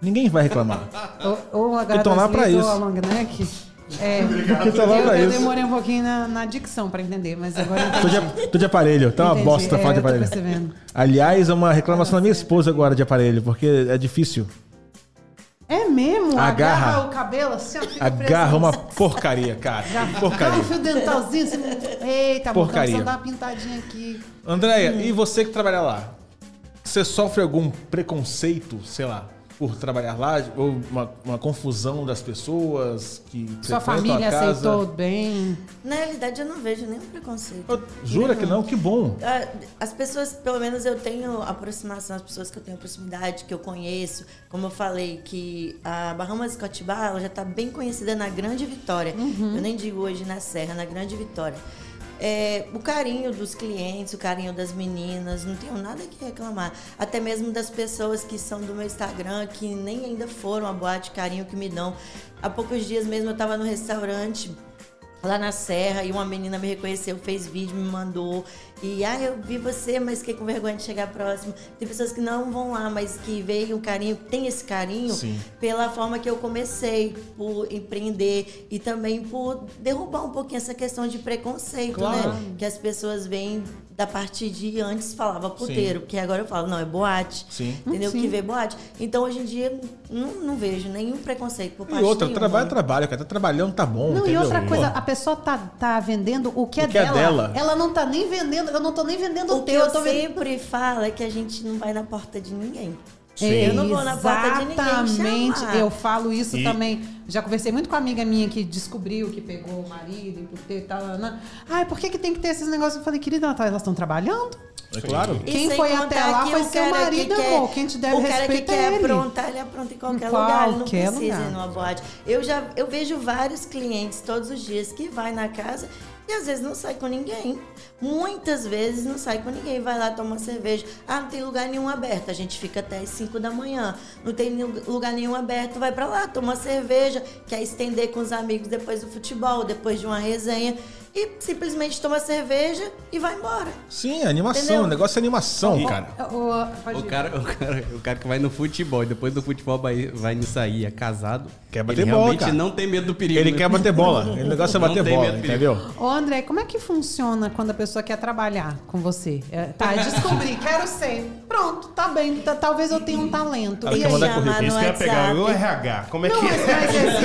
[SPEAKER 2] Ninguém vai reclamar.
[SPEAKER 4] Ou, ou a
[SPEAKER 2] Então, lá pra
[SPEAKER 4] Gardas Liz ou a
[SPEAKER 2] isso.
[SPEAKER 4] long neck. É,
[SPEAKER 2] Então, lá
[SPEAKER 4] eu,
[SPEAKER 2] pra
[SPEAKER 4] eu
[SPEAKER 2] isso.
[SPEAKER 4] demorei um pouquinho na, na dicção pra entender, mas agora eu
[SPEAKER 2] Tô
[SPEAKER 4] entendi.
[SPEAKER 2] de, tô de aparelho, tá uma
[SPEAKER 4] Entendi.
[SPEAKER 2] bosta
[SPEAKER 4] É,
[SPEAKER 2] falar de
[SPEAKER 4] eu tô
[SPEAKER 2] aparelho.
[SPEAKER 4] percebendo.
[SPEAKER 2] Aliás, é uma reclamação da minha esposa agora de aparelho, porque é difícil.
[SPEAKER 4] É mesmo?
[SPEAKER 2] Agarra.
[SPEAKER 4] o cabelo assim, ó, fica
[SPEAKER 2] Agarra
[SPEAKER 4] preso.
[SPEAKER 2] uma porcaria, cara.
[SPEAKER 4] Dá um
[SPEAKER 2] Porcaria.
[SPEAKER 4] fio dentalzinho assim.
[SPEAKER 2] Porcaria.
[SPEAKER 4] Eita, Porcaria. só dá uma pintadinha aqui.
[SPEAKER 2] Andréia,
[SPEAKER 4] Hum.
[SPEAKER 2] e você que trabalha lá? Você sofre algum preconceito, sei lá, por trabalhar lá? Ou uma, uma confusão das pessoas que frequentam
[SPEAKER 4] Sua
[SPEAKER 2] a
[SPEAKER 4] família
[SPEAKER 2] casa?
[SPEAKER 4] aceitou bem.
[SPEAKER 5] Na realidade, eu não vejo nenhum preconceito.
[SPEAKER 2] Eu- jura que não? Que bom.
[SPEAKER 5] Ah, As pessoas, pelo menos eu tenho aproximação, as pessoas que eu tenho proximidade, que eu conheço. Como eu falei, que a Bahamas Scott Bar ela já está bem conhecida na Grande Vitória. Eu nem digo hoje na Serra, na Grande Vitória. É, o carinho dos clientes, o carinho das meninas, não tenho nada que reclamar. Até mesmo das pessoas que são do meu Instagram, que nem ainda foram à boate, carinho que me dão. Há poucos dias mesmo eu estava no restaurante lá na serra e uma menina me reconheceu, fez vídeo, me mandou. E ah, eu vi você, mas fiquei com vergonha de chegar próximo. Tem pessoas que não vão lá, mas que veem o carinho, tem esse carinho
[SPEAKER 2] Sim.
[SPEAKER 5] pela forma que eu comecei, por empreender e também por derrubar um pouquinho essa questão de preconceito,
[SPEAKER 2] Claro.
[SPEAKER 5] né? Que as pessoas veem da parte de antes falava puteiro,
[SPEAKER 2] Sim.
[SPEAKER 5] porque agora eu falo, não, é boate.
[SPEAKER 2] Sim.
[SPEAKER 5] Entendeu?
[SPEAKER 4] Sim.
[SPEAKER 5] Que vê boate. Então hoje em dia não, não vejo nenhum preconceito por
[SPEAKER 2] E
[SPEAKER 5] parte
[SPEAKER 2] outra,
[SPEAKER 5] nenhuma.
[SPEAKER 2] trabalho é trabalho, cara. Tá trabalhando, tá bom.
[SPEAKER 4] Não, e
[SPEAKER 2] entendeu?
[SPEAKER 4] outra coisa,
[SPEAKER 2] Pô,
[SPEAKER 4] a pessoa tá, tá vendendo o que, é,
[SPEAKER 2] que é
[SPEAKER 4] dela.
[SPEAKER 2] dela.
[SPEAKER 4] Ela não tá nem vendendo, eu não tô nem vendendo o,
[SPEAKER 5] O que
[SPEAKER 4] teu,
[SPEAKER 5] eu
[SPEAKER 4] eu tô vendendo.
[SPEAKER 5] sempre falo é que a gente não vai na porta de ninguém.
[SPEAKER 2] Sim.
[SPEAKER 5] Eu não vou na porta de ninguém
[SPEAKER 4] Exatamente.
[SPEAKER 5] chamar.
[SPEAKER 4] Eu falo isso
[SPEAKER 2] E-
[SPEAKER 4] também. Já conversei muito com uma amiga minha que descobriu que pegou o marido e puteiro e tal. lá, lá. Ai, por que, que tem que ter esses negócios? Eu falei, querida, tá, elas estão trabalhando.
[SPEAKER 2] É claro.
[SPEAKER 5] E
[SPEAKER 4] Quem
[SPEAKER 5] sem
[SPEAKER 4] foi
[SPEAKER 5] contar
[SPEAKER 4] até lá
[SPEAKER 5] que
[SPEAKER 4] foi
[SPEAKER 5] o
[SPEAKER 4] seu
[SPEAKER 5] cara que
[SPEAKER 4] marido, amor. Quem te deve
[SPEAKER 5] O cara que
[SPEAKER 4] respeito
[SPEAKER 5] quer
[SPEAKER 4] é ele.
[SPEAKER 5] aprontar, ele apronta em qualquer
[SPEAKER 4] Em
[SPEAKER 5] lugar. Ele não
[SPEAKER 4] qualquer
[SPEAKER 5] precisa
[SPEAKER 4] lugar.
[SPEAKER 5] ir numa boate. Eu já eu vejo vários clientes todos os dias que vai na casa e às vezes não sai com ninguém. Muitas vezes não sai com ninguém. Vai lá, toma cerveja. Ah, não tem lugar nenhum aberto. A gente fica até as 5 da manhã. Não tem nenhum- lugar nenhum aberto. Vai pra lá, toma cerveja. Quer estender com os amigos depois do futebol, depois de uma resenha. E simplesmente toma cerveja e vai embora.
[SPEAKER 2] Sim, animação.
[SPEAKER 5] Entendeu?
[SPEAKER 2] O negócio é animação, cara.
[SPEAKER 4] O, pode
[SPEAKER 6] O
[SPEAKER 4] ir.
[SPEAKER 6] cara, o, cara, o cara que vai no futebol e depois do futebol vai, vai nisso aí, é casado.
[SPEAKER 2] Quer bater
[SPEAKER 6] ele
[SPEAKER 2] bola,
[SPEAKER 6] realmente
[SPEAKER 2] cara.
[SPEAKER 6] não tem medo do perigo.
[SPEAKER 2] Ele
[SPEAKER 6] né?
[SPEAKER 2] quer bater bola. O negócio é
[SPEAKER 6] Não
[SPEAKER 2] bater
[SPEAKER 6] tem
[SPEAKER 2] bola,
[SPEAKER 6] medo, filho.
[SPEAKER 2] entendeu?
[SPEAKER 4] Ô, André, como é que funciona quando a pessoa quer trabalhar com você? É, tá, descobri, quero ser. Pronto, tá bem. tá- talvez eu tenha um talento.
[SPEAKER 2] Ela
[SPEAKER 4] E
[SPEAKER 2] quer
[SPEAKER 4] aí?
[SPEAKER 2] mandar
[SPEAKER 5] chamar
[SPEAKER 2] currículo.
[SPEAKER 5] no
[SPEAKER 3] Isso que eu ia pegar,
[SPEAKER 5] WhatsApp.
[SPEAKER 3] o RH. Como é
[SPEAKER 4] Não,
[SPEAKER 3] que
[SPEAKER 4] mas,
[SPEAKER 3] é?
[SPEAKER 4] mas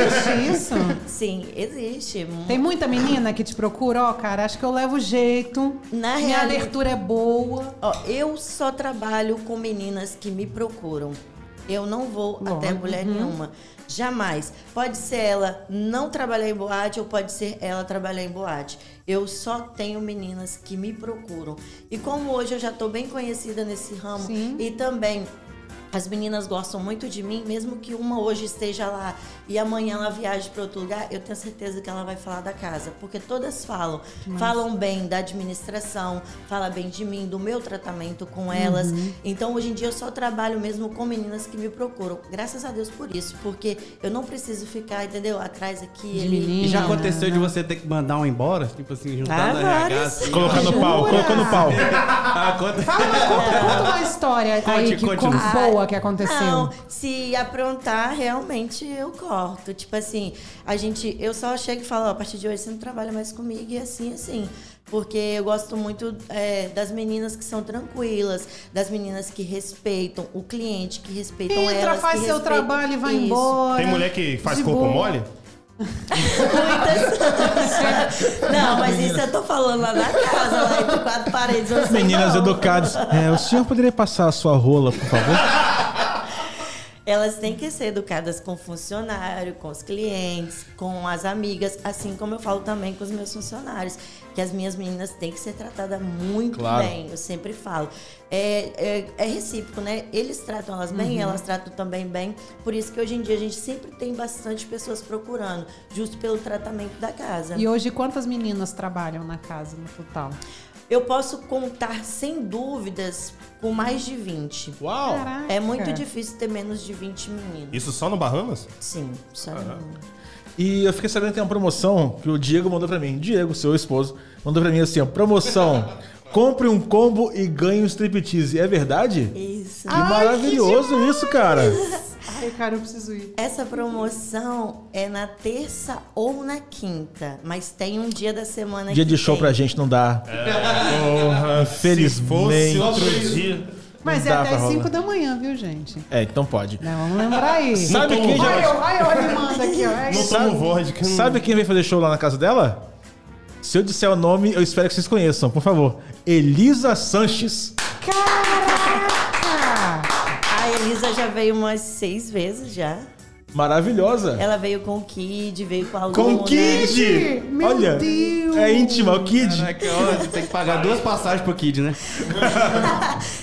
[SPEAKER 4] existe isso?
[SPEAKER 5] Sim, existe.
[SPEAKER 4] Tem muita menina que te procura, ó, cara, acho que eu levo jeito.
[SPEAKER 5] Na
[SPEAKER 4] minha
[SPEAKER 5] reali-
[SPEAKER 4] abertura é boa.
[SPEAKER 5] Ó, eu só trabalho com meninas que me procuram. Eu não vou
[SPEAKER 4] Lógico.
[SPEAKER 5] até mulher nenhuma. Jamais. Pode ser ela não trabalhar em boate ou pode ser ela trabalhar em boate. Eu só tenho meninas que me procuram. E como hoje eu já tô bem conhecida nesse ramo
[SPEAKER 4] Sim.
[SPEAKER 5] e também as meninas gostam muito de mim, mesmo que uma hoje esteja lá e amanhã ela viaje para outro lugar, eu tenho certeza que ela vai falar da casa, porque todas falam, falam bem da administração, fala bem de mim, do meu tratamento com elas. Então hoje em dia eu só trabalho mesmo com meninas que me procuram. Graças a Deus por isso, porque eu não preciso ficar, entendeu? Atrás aqui,
[SPEAKER 4] De
[SPEAKER 5] ali.
[SPEAKER 4] menina.
[SPEAKER 6] E já
[SPEAKER 4] Não,
[SPEAKER 6] aconteceu de você ter que mandar um embora? Tipo assim, juntar
[SPEAKER 5] Ah,
[SPEAKER 6] no RH.
[SPEAKER 5] várias.
[SPEAKER 6] Assim,
[SPEAKER 2] Colocar no pau,
[SPEAKER 4] Jura?
[SPEAKER 2] colocando pau.
[SPEAKER 6] Ah, conta-
[SPEAKER 4] Fala, mas conta, conta uma história aí
[SPEAKER 6] Conte,
[SPEAKER 4] que,
[SPEAKER 6] conte.
[SPEAKER 4] como
[SPEAKER 5] Ah,
[SPEAKER 4] boa que aconteceu.
[SPEAKER 5] Não, se aprontar, realmente eu corto. Tipo assim, a gente, eu só chego e falo, ó, a partir de hoje você não trabalha mais comigo e assim, assim. Porque eu gosto muito é, das meninas que são tranquilas, das meninas que respeitam o cliente, que respeitam
[SPEAKER 4] Entra,
[SPEAKER 5] então elas. que
[SPEAKER 4] faz seu
[SPEAKER 5] respeitam-
[SPEAKER 4] trabalho e vai
[SPEAKER 5] Isso.
[SPEAKER 4] embora.
[SPEAKER 3] Tem mulher que faz
[SPEAKER 4] De
[SPEAKER 3] corpo
[SPEAKER 4] boa.
[SPEAKER 3] mole?
[SPEAKER 5] Muitas. Não, mas isso eu tô falando lá na casa, lá entre quatro paredes. eu sei
[SPEAKER 2] Meninas
[SPEAKER 5] não.
[SPEAKER 2] educadas. É, o senhor poderia passar a sua rola, por favor?
[SPEAKER 5] Elas têm que ser educadas com o funcionário, com os clientes, com as amigas, assim como eu falo também com os meus funcionários, que as minhas meninas têm que ser tratadas muito
[SPEAKER 2] Claro.
[SPEAKER 5] bem, eu sempre falo. É, é, é recíproco, né? Eles tratam elas bem, elas tratam também bem. Por isso que hoje em dia a gente sempre tem bastante pessoas procurando, justo pelo tratamento da casa.
[SPEAKER 4] E hoje, quantas meninas trabalham na casa, no total?
[SPEAKER 5] Eu posso contar, sem dúvidas, com mais de 20.
[SPEAKER 2] Uau!
[SPEAKER 4] Caraca.
[SPEAKER 5] É muito difícil ter menos de 20 meninos.
[SPEAKER 3] Isso só no Bahamas?
[SPEAKER 5] Sim, só não.
[SPEAKER 2] E eu fiquei sabendo que tem uma promoção que o Diego mandou pra mim. Diego, seu esposo, mandou pra mim assim, ó, promoção. Compre um combo e ganhe um striptease. É verdade?
[SPEAKER 5] Isso.
[SPEAKER 2] Que maravilhoso isso, cara.
[SPEAKER 4] Ai, cara, eu preciso ir.
[SPEAKER 5] Essa promoção é na terça ou na quinta, mas tem um dia da semana
[SPEAKER 2] Dia
[SPEAKER 5] que
[SPEAKER 2] de show
[SPEAKER 5] tem.
[SPEAKER 2] pra gente não dá.
[SPEAKER 3] Porra,
[SPEAKER 2] Felizmente.
[SPEAKER 3] Se fosse outro dia.
[SPEAKER 4] Mas
[SPEAKER 2] Não
[SPEAKER 4] é
[SPEAKER 2] dá
[SPEAKER 4] até
[SPEAKER 2] pra
[SPEAKER 4] 5
[SPEAKER 2] rolar.
[SPEAKER 4] da manhã, viu, gente?
[SPEAKER 2] É, então pode.
[SPEAKER 4] Não, vamos lembrar aí.
[SPEAKER 2] Sabe quem já-
[SPEAKER 4] Olha, eu- olha, olha, ele manda aqui, ó. É
[SPEAKER 3] Não tá
[SPEAKER 4] isso.
[SPEAKER 3] tomo um vodka. não-
[SPEAKER 2] Sabe quem veio fazer show lá na casa dela? Se eu disser o nome, eu espero que vocês conheçam, por favor. Elisa Sanches.
[SPEAKER 4] Caraca!
[SPEAKER 5] A Elisa já veio umas seis vezes já.
[SPEAKER 2] Maravilhosa.
[SPEAKER 4] É
[SPEAKER 5] Ela veio com o Kid, veio com a Luna.
[SPEAKER 2] Com o Kid!
[SPEAKER 4] Meu
[SPEAKER 2] Olha,
[SPEAKER 4] Deus!
[SPEAKER 2] é íntima, o Kid.
[SPEAKER 6] Caraca, ó, tem que pagar duas passagens pro Kid, né?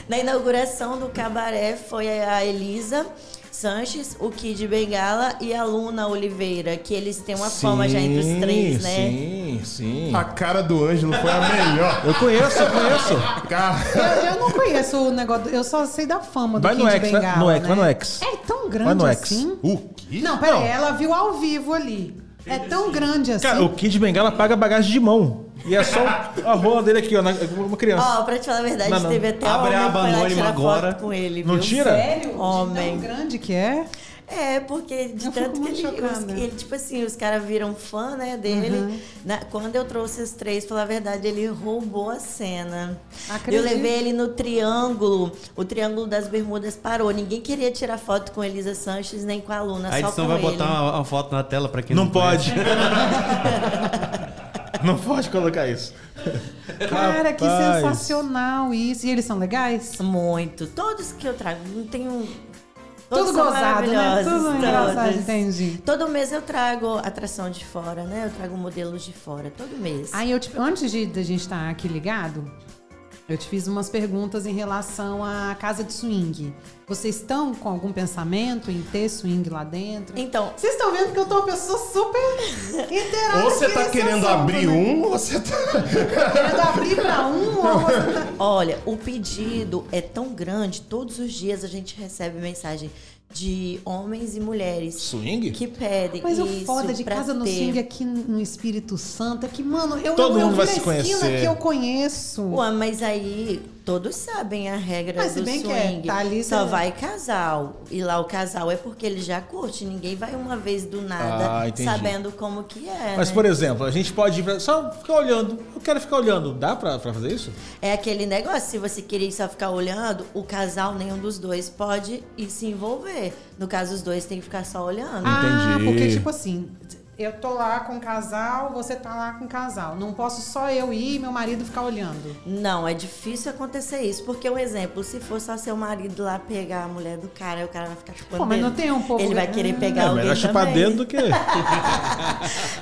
[SPEAKER 5] Na inauguração do cabaré foi a Elisa Sanches, o Kid Bengala e a Luna Oliveira, que eles têm uma fama já entre os três, né?
[SPEAKER 2] Sim, sim.
[SPEAKER 3] A cara do Ângelo foi a melhor.
[SPEAKER 2] Eu conheço, eu conheço.
[SPEAKER 3] Cara,
[SPEAKER 4] Eu, eu não conheço o negócio, eu só sei da fama do
[SPEAKER 2] Vai
[SPEAKER 4] Kid
[SPEAKER 2] no é X, vai-
[SPEAKER 4] Bengala,
[SPEAKER 2] no X,
[SPEAKER 4] né?
[SPEAKER 2] vai no X.
[SPEAKER 4] É tão
[SPEAKER 2] Vai
[SPEAKER 4] grande
[SPEAKER 2] no X.
[SPEAKER 4] assim?
[SPEAKER 3] o quê?
[SPEAKER 4] Não, peraí,
[SPEAKER 2] Não.
[SPEAKER 4] ela viu ao vivo ali. É tão grande assim.
[SPEAKER 2] Cara, o Kid Bengala paga bagagem de mão. E é só a rola dele aqui, ó, na- é uma criança.
[SPEAKER 5] Ó, pra te falar a verdade,
[SPEAKER 2] Não, não.
[SPEAKER 5] teve até
[SPEAKER 6] Abre
[SPEAKER 5] homem
[SPEAKER 6] a
[SPEAKER 5] que foi lá
[SPEAKER 6] anônima
[SPEAKER 5] tirar
[SPEAKER 6] agora.
[SPEAKER 5] foto com ele,
[SPEAKER 2] Não
[SPEAKER 5] viu?
[SPEAKER 2] tira?
[SPEAKER 4] Sério? De
[SPEAKER 5] Homem.
[SPEAKER 4] Tão grande que é?
[SPEAKER 5] É, porque de
[SPEAKER 4] Eu fico
[SPEAKER 5] tanto que
[SPEAKER 4] muito
[SPEAKER 5] ele,
[SPEAKER 4] chocada. Uhum.
[SPEAKER 5] os- ele, tipo assim, os caras viram fã, né, dele. Na- quando eu trouxe os três, pela verdade, ele roubou a cena.
[SPEAKER 4] Acredito.
[SPEAKER 5] Eu levei ele no triângulo, o triângulo das bermudas parou. Ninguém queria tirar foto com Elisa Sanches nem com a Luna,
[SPEAKER 6] A
[SPEAKER 5] É só
[SPEAKER 6] edição
[SPEAKER 5] com
[SPEAKER 6] vai
[SPEAKER 5] ele.
[SPEAKER 6] botar uma, uma foto na tela pra quem não,
[SPEAKER 2] Não pode. Não pode colocar isso.
[SPEAKER 4] Cara, que
[SPEAKER 2] Rapaz.
[SPEAKER 4] sensacional isso. E eles são legais?
[SPEAKER 5] Muito. Todos que eu trago, não tem um...
[SPEAKER 4] Tudo gozado, né?
[SPEAKER 5] maravilhosos,
[SPEAKER 4] Tudo engraçado,
[SPEAKER 5] todos.
[SPEAKER 4] entendi.
[SPEAKER 5] Todo mês eu trago atração de fora, né? Eu trago modelos de fora, todo mês.
[SPEAKER 4] Aí eu te- antes de da gente estar aqui ligado, eu te fiz umas perguntas em relação à casa de swing. Vocês estão com algum pensamento em ter swing lá dentro?
[SPEAKER 5] Então,
[SPEAKER 4] Vocês estão vendo que eu tô uma pessoa super inteirada.
[SPEAKER 3] Ou você
[SPEAKER 4] aqui
[SPEAKER 3] tá
[SPEAKER 4] nesse
[SPEAKER 3] querendo
[SPEAKER 4] assunto,
[SPEAKER 3] abrir
[SPEAKER 4] né?
[SPEAKER 3] um, ou você tá.
[SPEAKER 4] Querendo abrir pra um ou você tá...
[SPEAKER 5] Olha, o pedido é tão grande, todos os dias a gente recebe mensagem de homens e mulheres
[SPEAKER 2] Swing?
[SPEAKER 5] que pedem
[SPEAKER 4] Mas
[SPEAKER 5] isso
[SPEAKER 4] o foda de
[SPEAKER 5] pra
[SPEAKER 4] casa no
[SPEAKER 5] ter.
[SPEAKER 4] swing é aqui no Espírito Santo é que, mano, eu,
[SPEAKER 2] Todo
[SPEAKER 4] eu, eu
[SPEAKER 2] mundo vai
[SPEAKER 4] vi
[SPEAKER 2] se
[SPEAKER 4] na esquina
[SPEAKER 2] conhecer.
[SPEAKER 4] que eu conheço.
[SPEAKER 5] Ué, mas aí todos sabem a regra
[SPEAKER 4] Mas se
[SPEAKER 5] do
[SPEAKER 4] bem que é,
[SPEAKER 5] swing.
[SPEAKER 4] tá ali,
[SPEAKER 5] Só
[SPEAKER 4] você-
[SPEAKER 5] vai casal. E lá o casal é porque ele já curte. Ninguém vai uma vez do nada
[SPEAKER 2] Ah, entendi.
[SPEAKER 5] sabendo como que é.
[SPEAKER 2] Mas,
[SPEAKER 5] né?
[SPEAKER 2] por exemplo, a gente pode ir pra... Só ficar olhando. Eu quero ficar olhando. Dá pra, pra fazer isso?
[SPEAKER 5] É aquele negócio, se você querer só ficar olhando, o casal, nenhum dos dois pode ir se envolver. No caso, os dois têm que ficar só olhando.
[SPEAKER 4] Ah,
[SPEAKER 2] Entendi.
[SPEAKER 4] porque tipo assim, eu tô lá com o casal, você tá lá com o casal. Não posso só eu ir e meu marido ficar olhando.
[SPEAKER 5] Não, é difícil acontecer isso, porque um exemplo, se for só seu marido lá pegar a mulher do cara, aí o cara vai ficar chupando
[SPEAKER 4] Pô, mas não
[SPEAKER 5] dedo.
[SPEAKER 4] tem um pouco-
[SPEAKER 5] Ele vai querer pegar
[SPEAKER 2] É
[SPEAKER 5] alguém
[SPEAKER 2] melhor chupar
[SPEAKER 5] também. É.
[SPEAKER 2] dedo do que...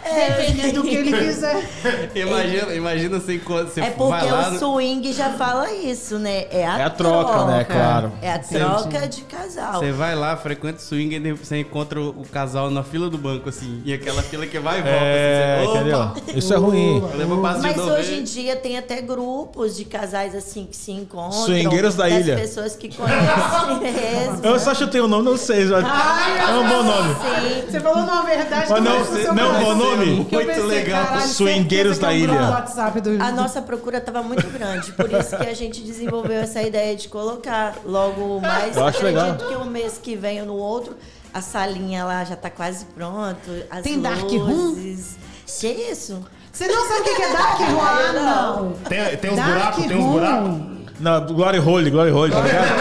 [SPEAKER 4] Dependendo do que ele quiser.
[SPEAKER 6] Imagina, imagina assim, quando você
[SPEAKER 5] É
[SPEAKER 6] vai
[SPEAKER 5] porque
[SPEAKER 6] lá...
[SPEAKER 5] o swing já fala isso, né? É a,
[SPEAKER 2] É a troca, né? Claro.
[SPEAKER 5] É a troca de casal.
[SPEAKER 6] Você vai lá, frequenta o swing e de- você encontra o casal na fila do banco, assim. E aquela fila que vai e volta.
[SPEAKER 2] É,
[SPEAKER 6] assim, você,
[SPEAKER 2] entendeu?
[SPEAKER 6] opa,
[SPEAKER 2] Isso é ruim.
[SPEAKER 6] leva o passo de
[SPEAKER 5] Mas
[SPEAKER 6] novo,
[SPEAKER 5] hoje
[SPEAKER 6] hein?
[SPEAKER 5] em dia tem até grupos de casais assim que se encontram.
[SPEAKER 2] Swingueiros da
[SPEAKER 5] das
[SPEAKER 2] ilha.
[SPEAKER 5] pessoas que conhecem mesmo.
[SPEAKER 2] Eu só chutei o nome, não sei. já- É um bom nome.
[SPEAKER 5] Sim.
[SPEAKER 4] Você falou uma verdade
[SPEAKER 2] Mas
[SPEAKER 4] que
[SPEAKER 2] não,
[SPEAKER 4] eu acho que o seu
[SPEAKER 2] não,
[SPEAKER 4] braço-
[SPEAKER 2] bom nome.
[SPEAKER 4] que eu
[SPEAKER 6] Muito legal.
[SPEAKER 4] caralho,
[SPEAKER 2] Swingueiros
[SPEAKER 4] certeza que é
[SPEAKER 2] da
[SPEAKER 4] um grupo
[SPEAKER 2] ilha.
[SPEAKER 4] do WhatsApp do...
[SPEAKER 5] A nossa procura estava muito grande, por isso que a gente desenvolveu essa ideia de colocar logo mais.
[SPEAKER 2] Eu acho
[SPEAKER 5] acredito
[SPEAKER 2] legal.
[SPEAKER 5] que o mês que vem ou no outro, a salinha lá já tá quase pronto. As
[SPEAKER 4] Tem dark room?
[SPEAKER 5] luzes. Que isso?
[SPEAKER 4] Você não sabe o que que é Dark Room? Ah, não.
[SPEAKER 3] Tem, tem uns
[SPEAKER 4] Dark
[SPEAKER 3] buracos, tem uns
[SPEAKER 4] room.
[SPEAKER 3] buracos.
[SPEAKER 2] Não, Glory Hole, Glory Hole, tá ligado?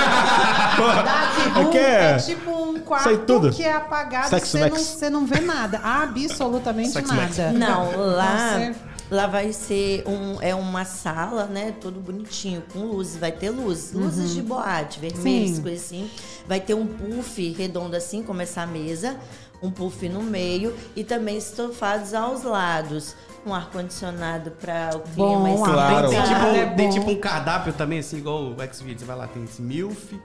[SPEAKER 4] Dark Room
[SPEAKER 2] que
[SPEAKER 4] é...
[SPEAKER 2] é-
[SPEAKER 4] tipo um quarto
[SPEAKER 2] Sei tudo.
[SPEAKER 4] que é apagado.
[SPEAKER 2] Sex
[SPEAKER 4] Você não,
[SPEAKER 2] Max.
[SPEAKER 4] você não vê nada. Absolutamente nada.
[SPEAKER 5] Não, lá
[SPEAKER 4] Então, você-
[SPEAKER 5] Lá vai ser um, é uma sala, né? Todo bonitinho, com luzes. Vai ter luz. Luzes de boate, vermelhas,
[SPEAKER 4] Uhum. Sim.
[SPEAKER 5] coisas assim. Vai ter um puff redondo assim, como essa mesa. Um puff no meio e também estofados aos lados. Um ar-condicionado para o clima.
[SPEAKER 4] Bom,
[SPEAKER 5] esse
[SPEAKER 4] claro.
[SPEAKER 6] Tem,
[SPEAKER 5] bem
[SPEAKER 6] tipo,
[SPEAKER 4] Ah,
[SPEAKER 6] um-
[SPEAKER 4] é
[SPEAKER 6] tem
[SPEAKER 4] bom.
[SPEAKER 6] tipo um cardápio também, assim, igual o Xvideos. Você vai lá, tem esse MILF,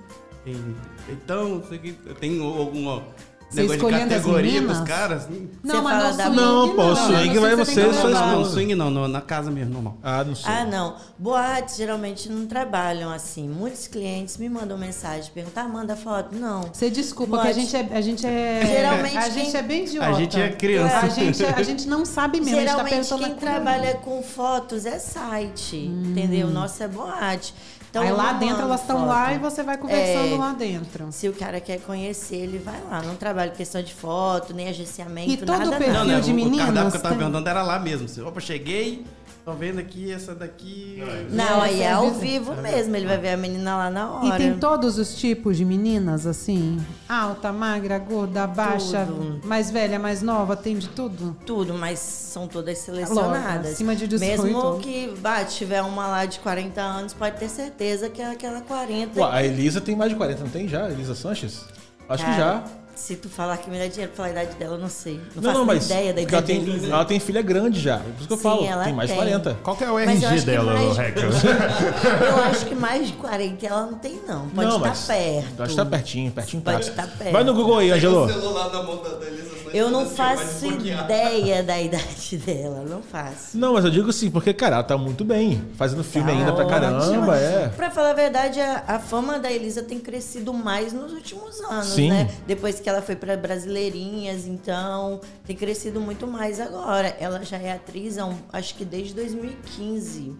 [SPEAKER 6] tem peitão, não sei o que, tem o- alguma
[SPEAKER 4] Você
[SPEAKER 6] negócio de
[SPEAKER 4] escolhendo as
[SPEAKER 6] categoria
[SPEAKER 4] meninas?
[SPEAKER 6] pros caras. assim. Não,
[SPEAKER 5] Você
[SPEAKER 4] Não,
[SPEAKER 5] fala
[SPEAKER 4] mas
[SPEAKER 5] da-
[SPEAKER 4] não,
[SPEAKER 2] Não, pô, o swing vai
[SPEAKER 4] tem que
[SPEAKER 2] você é só
[SPEAKER 4] levar.
[SPEAKER 2] escolhe.
[SPEAKER 6] não, um swing não, no- na casa mesmo, normal.
[SPEAKER 2] Ah, não sei.
[SPEAKER 5] Ah, não. Boates geralmente não trabalham assim. Muitos clientes me mandam mensagem, perguntar, manda foto. Não.
[SPEAKER 4] Você desculpa,
[SPEAKER 5] Boate.
[SPEAKER 4] que a gente é. A gente é
[SPEAKER 5] Geralmente
[SPEAKER 4] a gente
[SPEAKER 5] quem-
[SPEAKER 4] é bem idiota.
[SPEAKER 6] A gente é criança.
[SPEAKER 4] A gente, a gente não sabe mesmo. a gente
[SPEAKER 5] Geralmente
[SPEAKER 4] tá
[SPEAKER 5] quem
[SPEAKER 4] pensando Hum.
[SPEAKER 5] trabalha com fotos é site, entendeu? Nossa é boate. Então,
[SPEAKER 4] Aí
[SPEAKER 5] eu
[SPEAKER 4] lá
[SPEAKER 5] não
[SPEAKER 4] dentro
[SPEAKER 5] mando
[SPEAKER 4] elas estão
[SPEAKER 5] foto.
[SPEAKER 4] lá e você vai conversando
[SPEAKER 5] É.
[SPEAKER 4] lá dentro.
[SPEAKER 5] Se o cara quer conhecer, ele vai lá. Não trabalho questão de foto, nem agenciamento,
[SPEAKER 4] E todo
[SPEAKER 5] nada.
[SPEAKER 4] perfil-
[SPEAKER 5] não.
[SPEAKER 6] não,
[SPEAKER 4] de
[SPEAKER 6] o- o
[SPEAKER 4] meninas,
[SPEAKER 6] cardápio que eu tava
[SPEAKER 4] tem?
[SPEAKER 6] perguntando era lá mesmo. Assim, Opa, cheguei, tô vendo aqui, essa daqui.
[SPEAKER 5] Não, aí é ao
[SPEAKER 4] Você
[SPEAKER 5] vivo mesmo. Ele vai ver a menina lá na hora.
[SPEAKER 4] E tem todos os tipos de meninas, assim? Alta, magra, gorda, baixa,
[SPEAKER 5] Tudo.
[SPEAKER 4] mais velha, mais nova, tem de tudo?
[SPEAKER 5] tudo, mas são todas selecionadas.
[SPEAKER 4] Lógico, Tá né? acima de 18.
[SPEAKER 5] Mesmo que bah, tiver uma lá de 40 anos, pode ter certeza que é aquela 40.
[SPEAKER 2] Pô, a Elisa tem mais de 40, não tem já? Elisa Sanches? Acho que já.
[SPEAKER 5] Cara, Se tu falar que me dá dinheiro pela idade dela, eu não sei. Não,
[SPEAKER 2] Não,
[SPEAKER 5] faço
[SPEAKER 2] não,
[SPEAKER 5] nem
[SPEAKER 2] mas.
[SPEAKER 5] ideia da
[SPEAKER 2] porque ela,
[SPEAKER 5] idade dela.
[SPEAKER 2] tem, ela tem filha grande já. é Por isso que eu
[SPEAKER 5] Sim,
[SPEAKER 2] falo,
[SPEAKER 5] ela
[SPEAKER 2] tem mais de
[SPEAKER 5] tem.
[SPEAKER 2] 40.
[SPEAKER 3] Qual que é o
[SPEAKER 5] Mas eu
[SPEAKER 3] RG
[SPEAKER 5] acho que
[SPEAKER 3] dela,
[SPEAKER 5] mais-
[SPEAKER 3] Reca?
[SPEAKER 5] Eu acho que mais de 40 ela não tem, não. Pode
[SPEAKER 2] não,
[SPEAKER 5] estar
[SPEAKER 2] mas.
[SPEAKER 5] perto.
[SPEAKER 2] Acho que tá pertinho, pertinho. tá.
[SPEAKER 5] Pode estar perto.
[SPEAKER 2] Vai no Google aí, Angelo.
[SPEAKER 6] celular na mão da Elisa.
[SPEAKER 5] Eu não faço ideia da idade dela, não faço.
[SPEAKER 2] Não, mas eu digo assim, porque, cara, ela tá muito bem. Fazendo filme
[SPEAKER 5] Tá
[SPEAKER 2] ainda pra caramba,
[SPEAKER 5] ótima.
[SPEAKER 2] é.
[SPEAKER 5] Pra falar a verdade, a, a fama da Elisa tem crescido mais nos últimos anos,
[SPEAKER 2] Sim.
[SPEAKER 5] né? Depois que ela foi pra Brasileirinhas, então tem crescido muito mais agora. Ela já é atriz, há um- acho que desde 2015.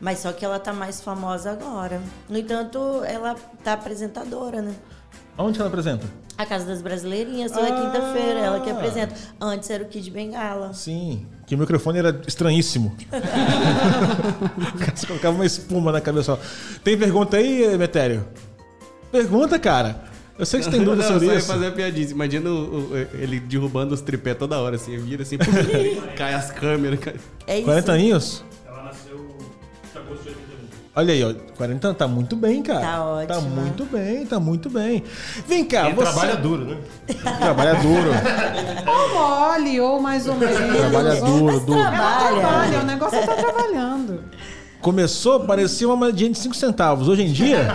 [SPEAKER 5] Mas só que ela tá mais famosa agora. No entanto, ela tá apresentadora, né?
[SPEAKER 2] Onde ela apresenta?
[SPEAKER 5] A Casa das Brasileirinhas, toda
[SPEAKER 2] Ah.
[SPEAKER 5] quinta-feira, ela que apresenta. Antes era o Kid Bengala.
[SPEAKER 2] Sim. Que o microfone era estranhíssimo. Você colocava uma espuma na cabeça. só. Tem pergunta aí, Metério? Pergunta, cara. Eu sei que você tem
[SPEAKER 6] Não,
[SPEAKER 2] dúvida
[SPEAKER 6] eu só
[SPEAKER 2] sobre
[SPEAKER 6] ia
[SPEAKER 2] isso.
[SPEAKER 6] fazer a piadinha. Imagina o- o- ele derrubando os tripé toda hora, assim, vira assim, cai as câmeras. Cai...
[SPEAKER 5] É isso.
[SPEAKER 2] 40 aninhos?
[SPEAKER 7] Ela nasceu em agosto de 81.
[SPEAKER 2] Olha aí, ó. 40 tá muito bem, cara.
[SPEAKER 5] Tá ótimo.
[SPEAKER 2] Tá muito bem, tá muito bem. Vem cá,
[SPEAKER 3] Ele
[SPEAKER 2] você.
[SPEAKER 3] trabalha duro, né?
[SPEAKER 2] Trabalha duro.
[SPEAKER 4] Ou mole, ou mais ou menos.
[SPEAKER 2] trabalha
[SPEAKER 4] ou-
[SPEAKER 2] duro, duro.
[SPEAKER 4] Ela
[SPEAKER 5] Trabalha.
[SPEAKER 4] trabalha, o negócio é tá trabalhando.
[SPEAKER 2] Começou, parecia uma moedinha de 5 centavos. Hoje em dia.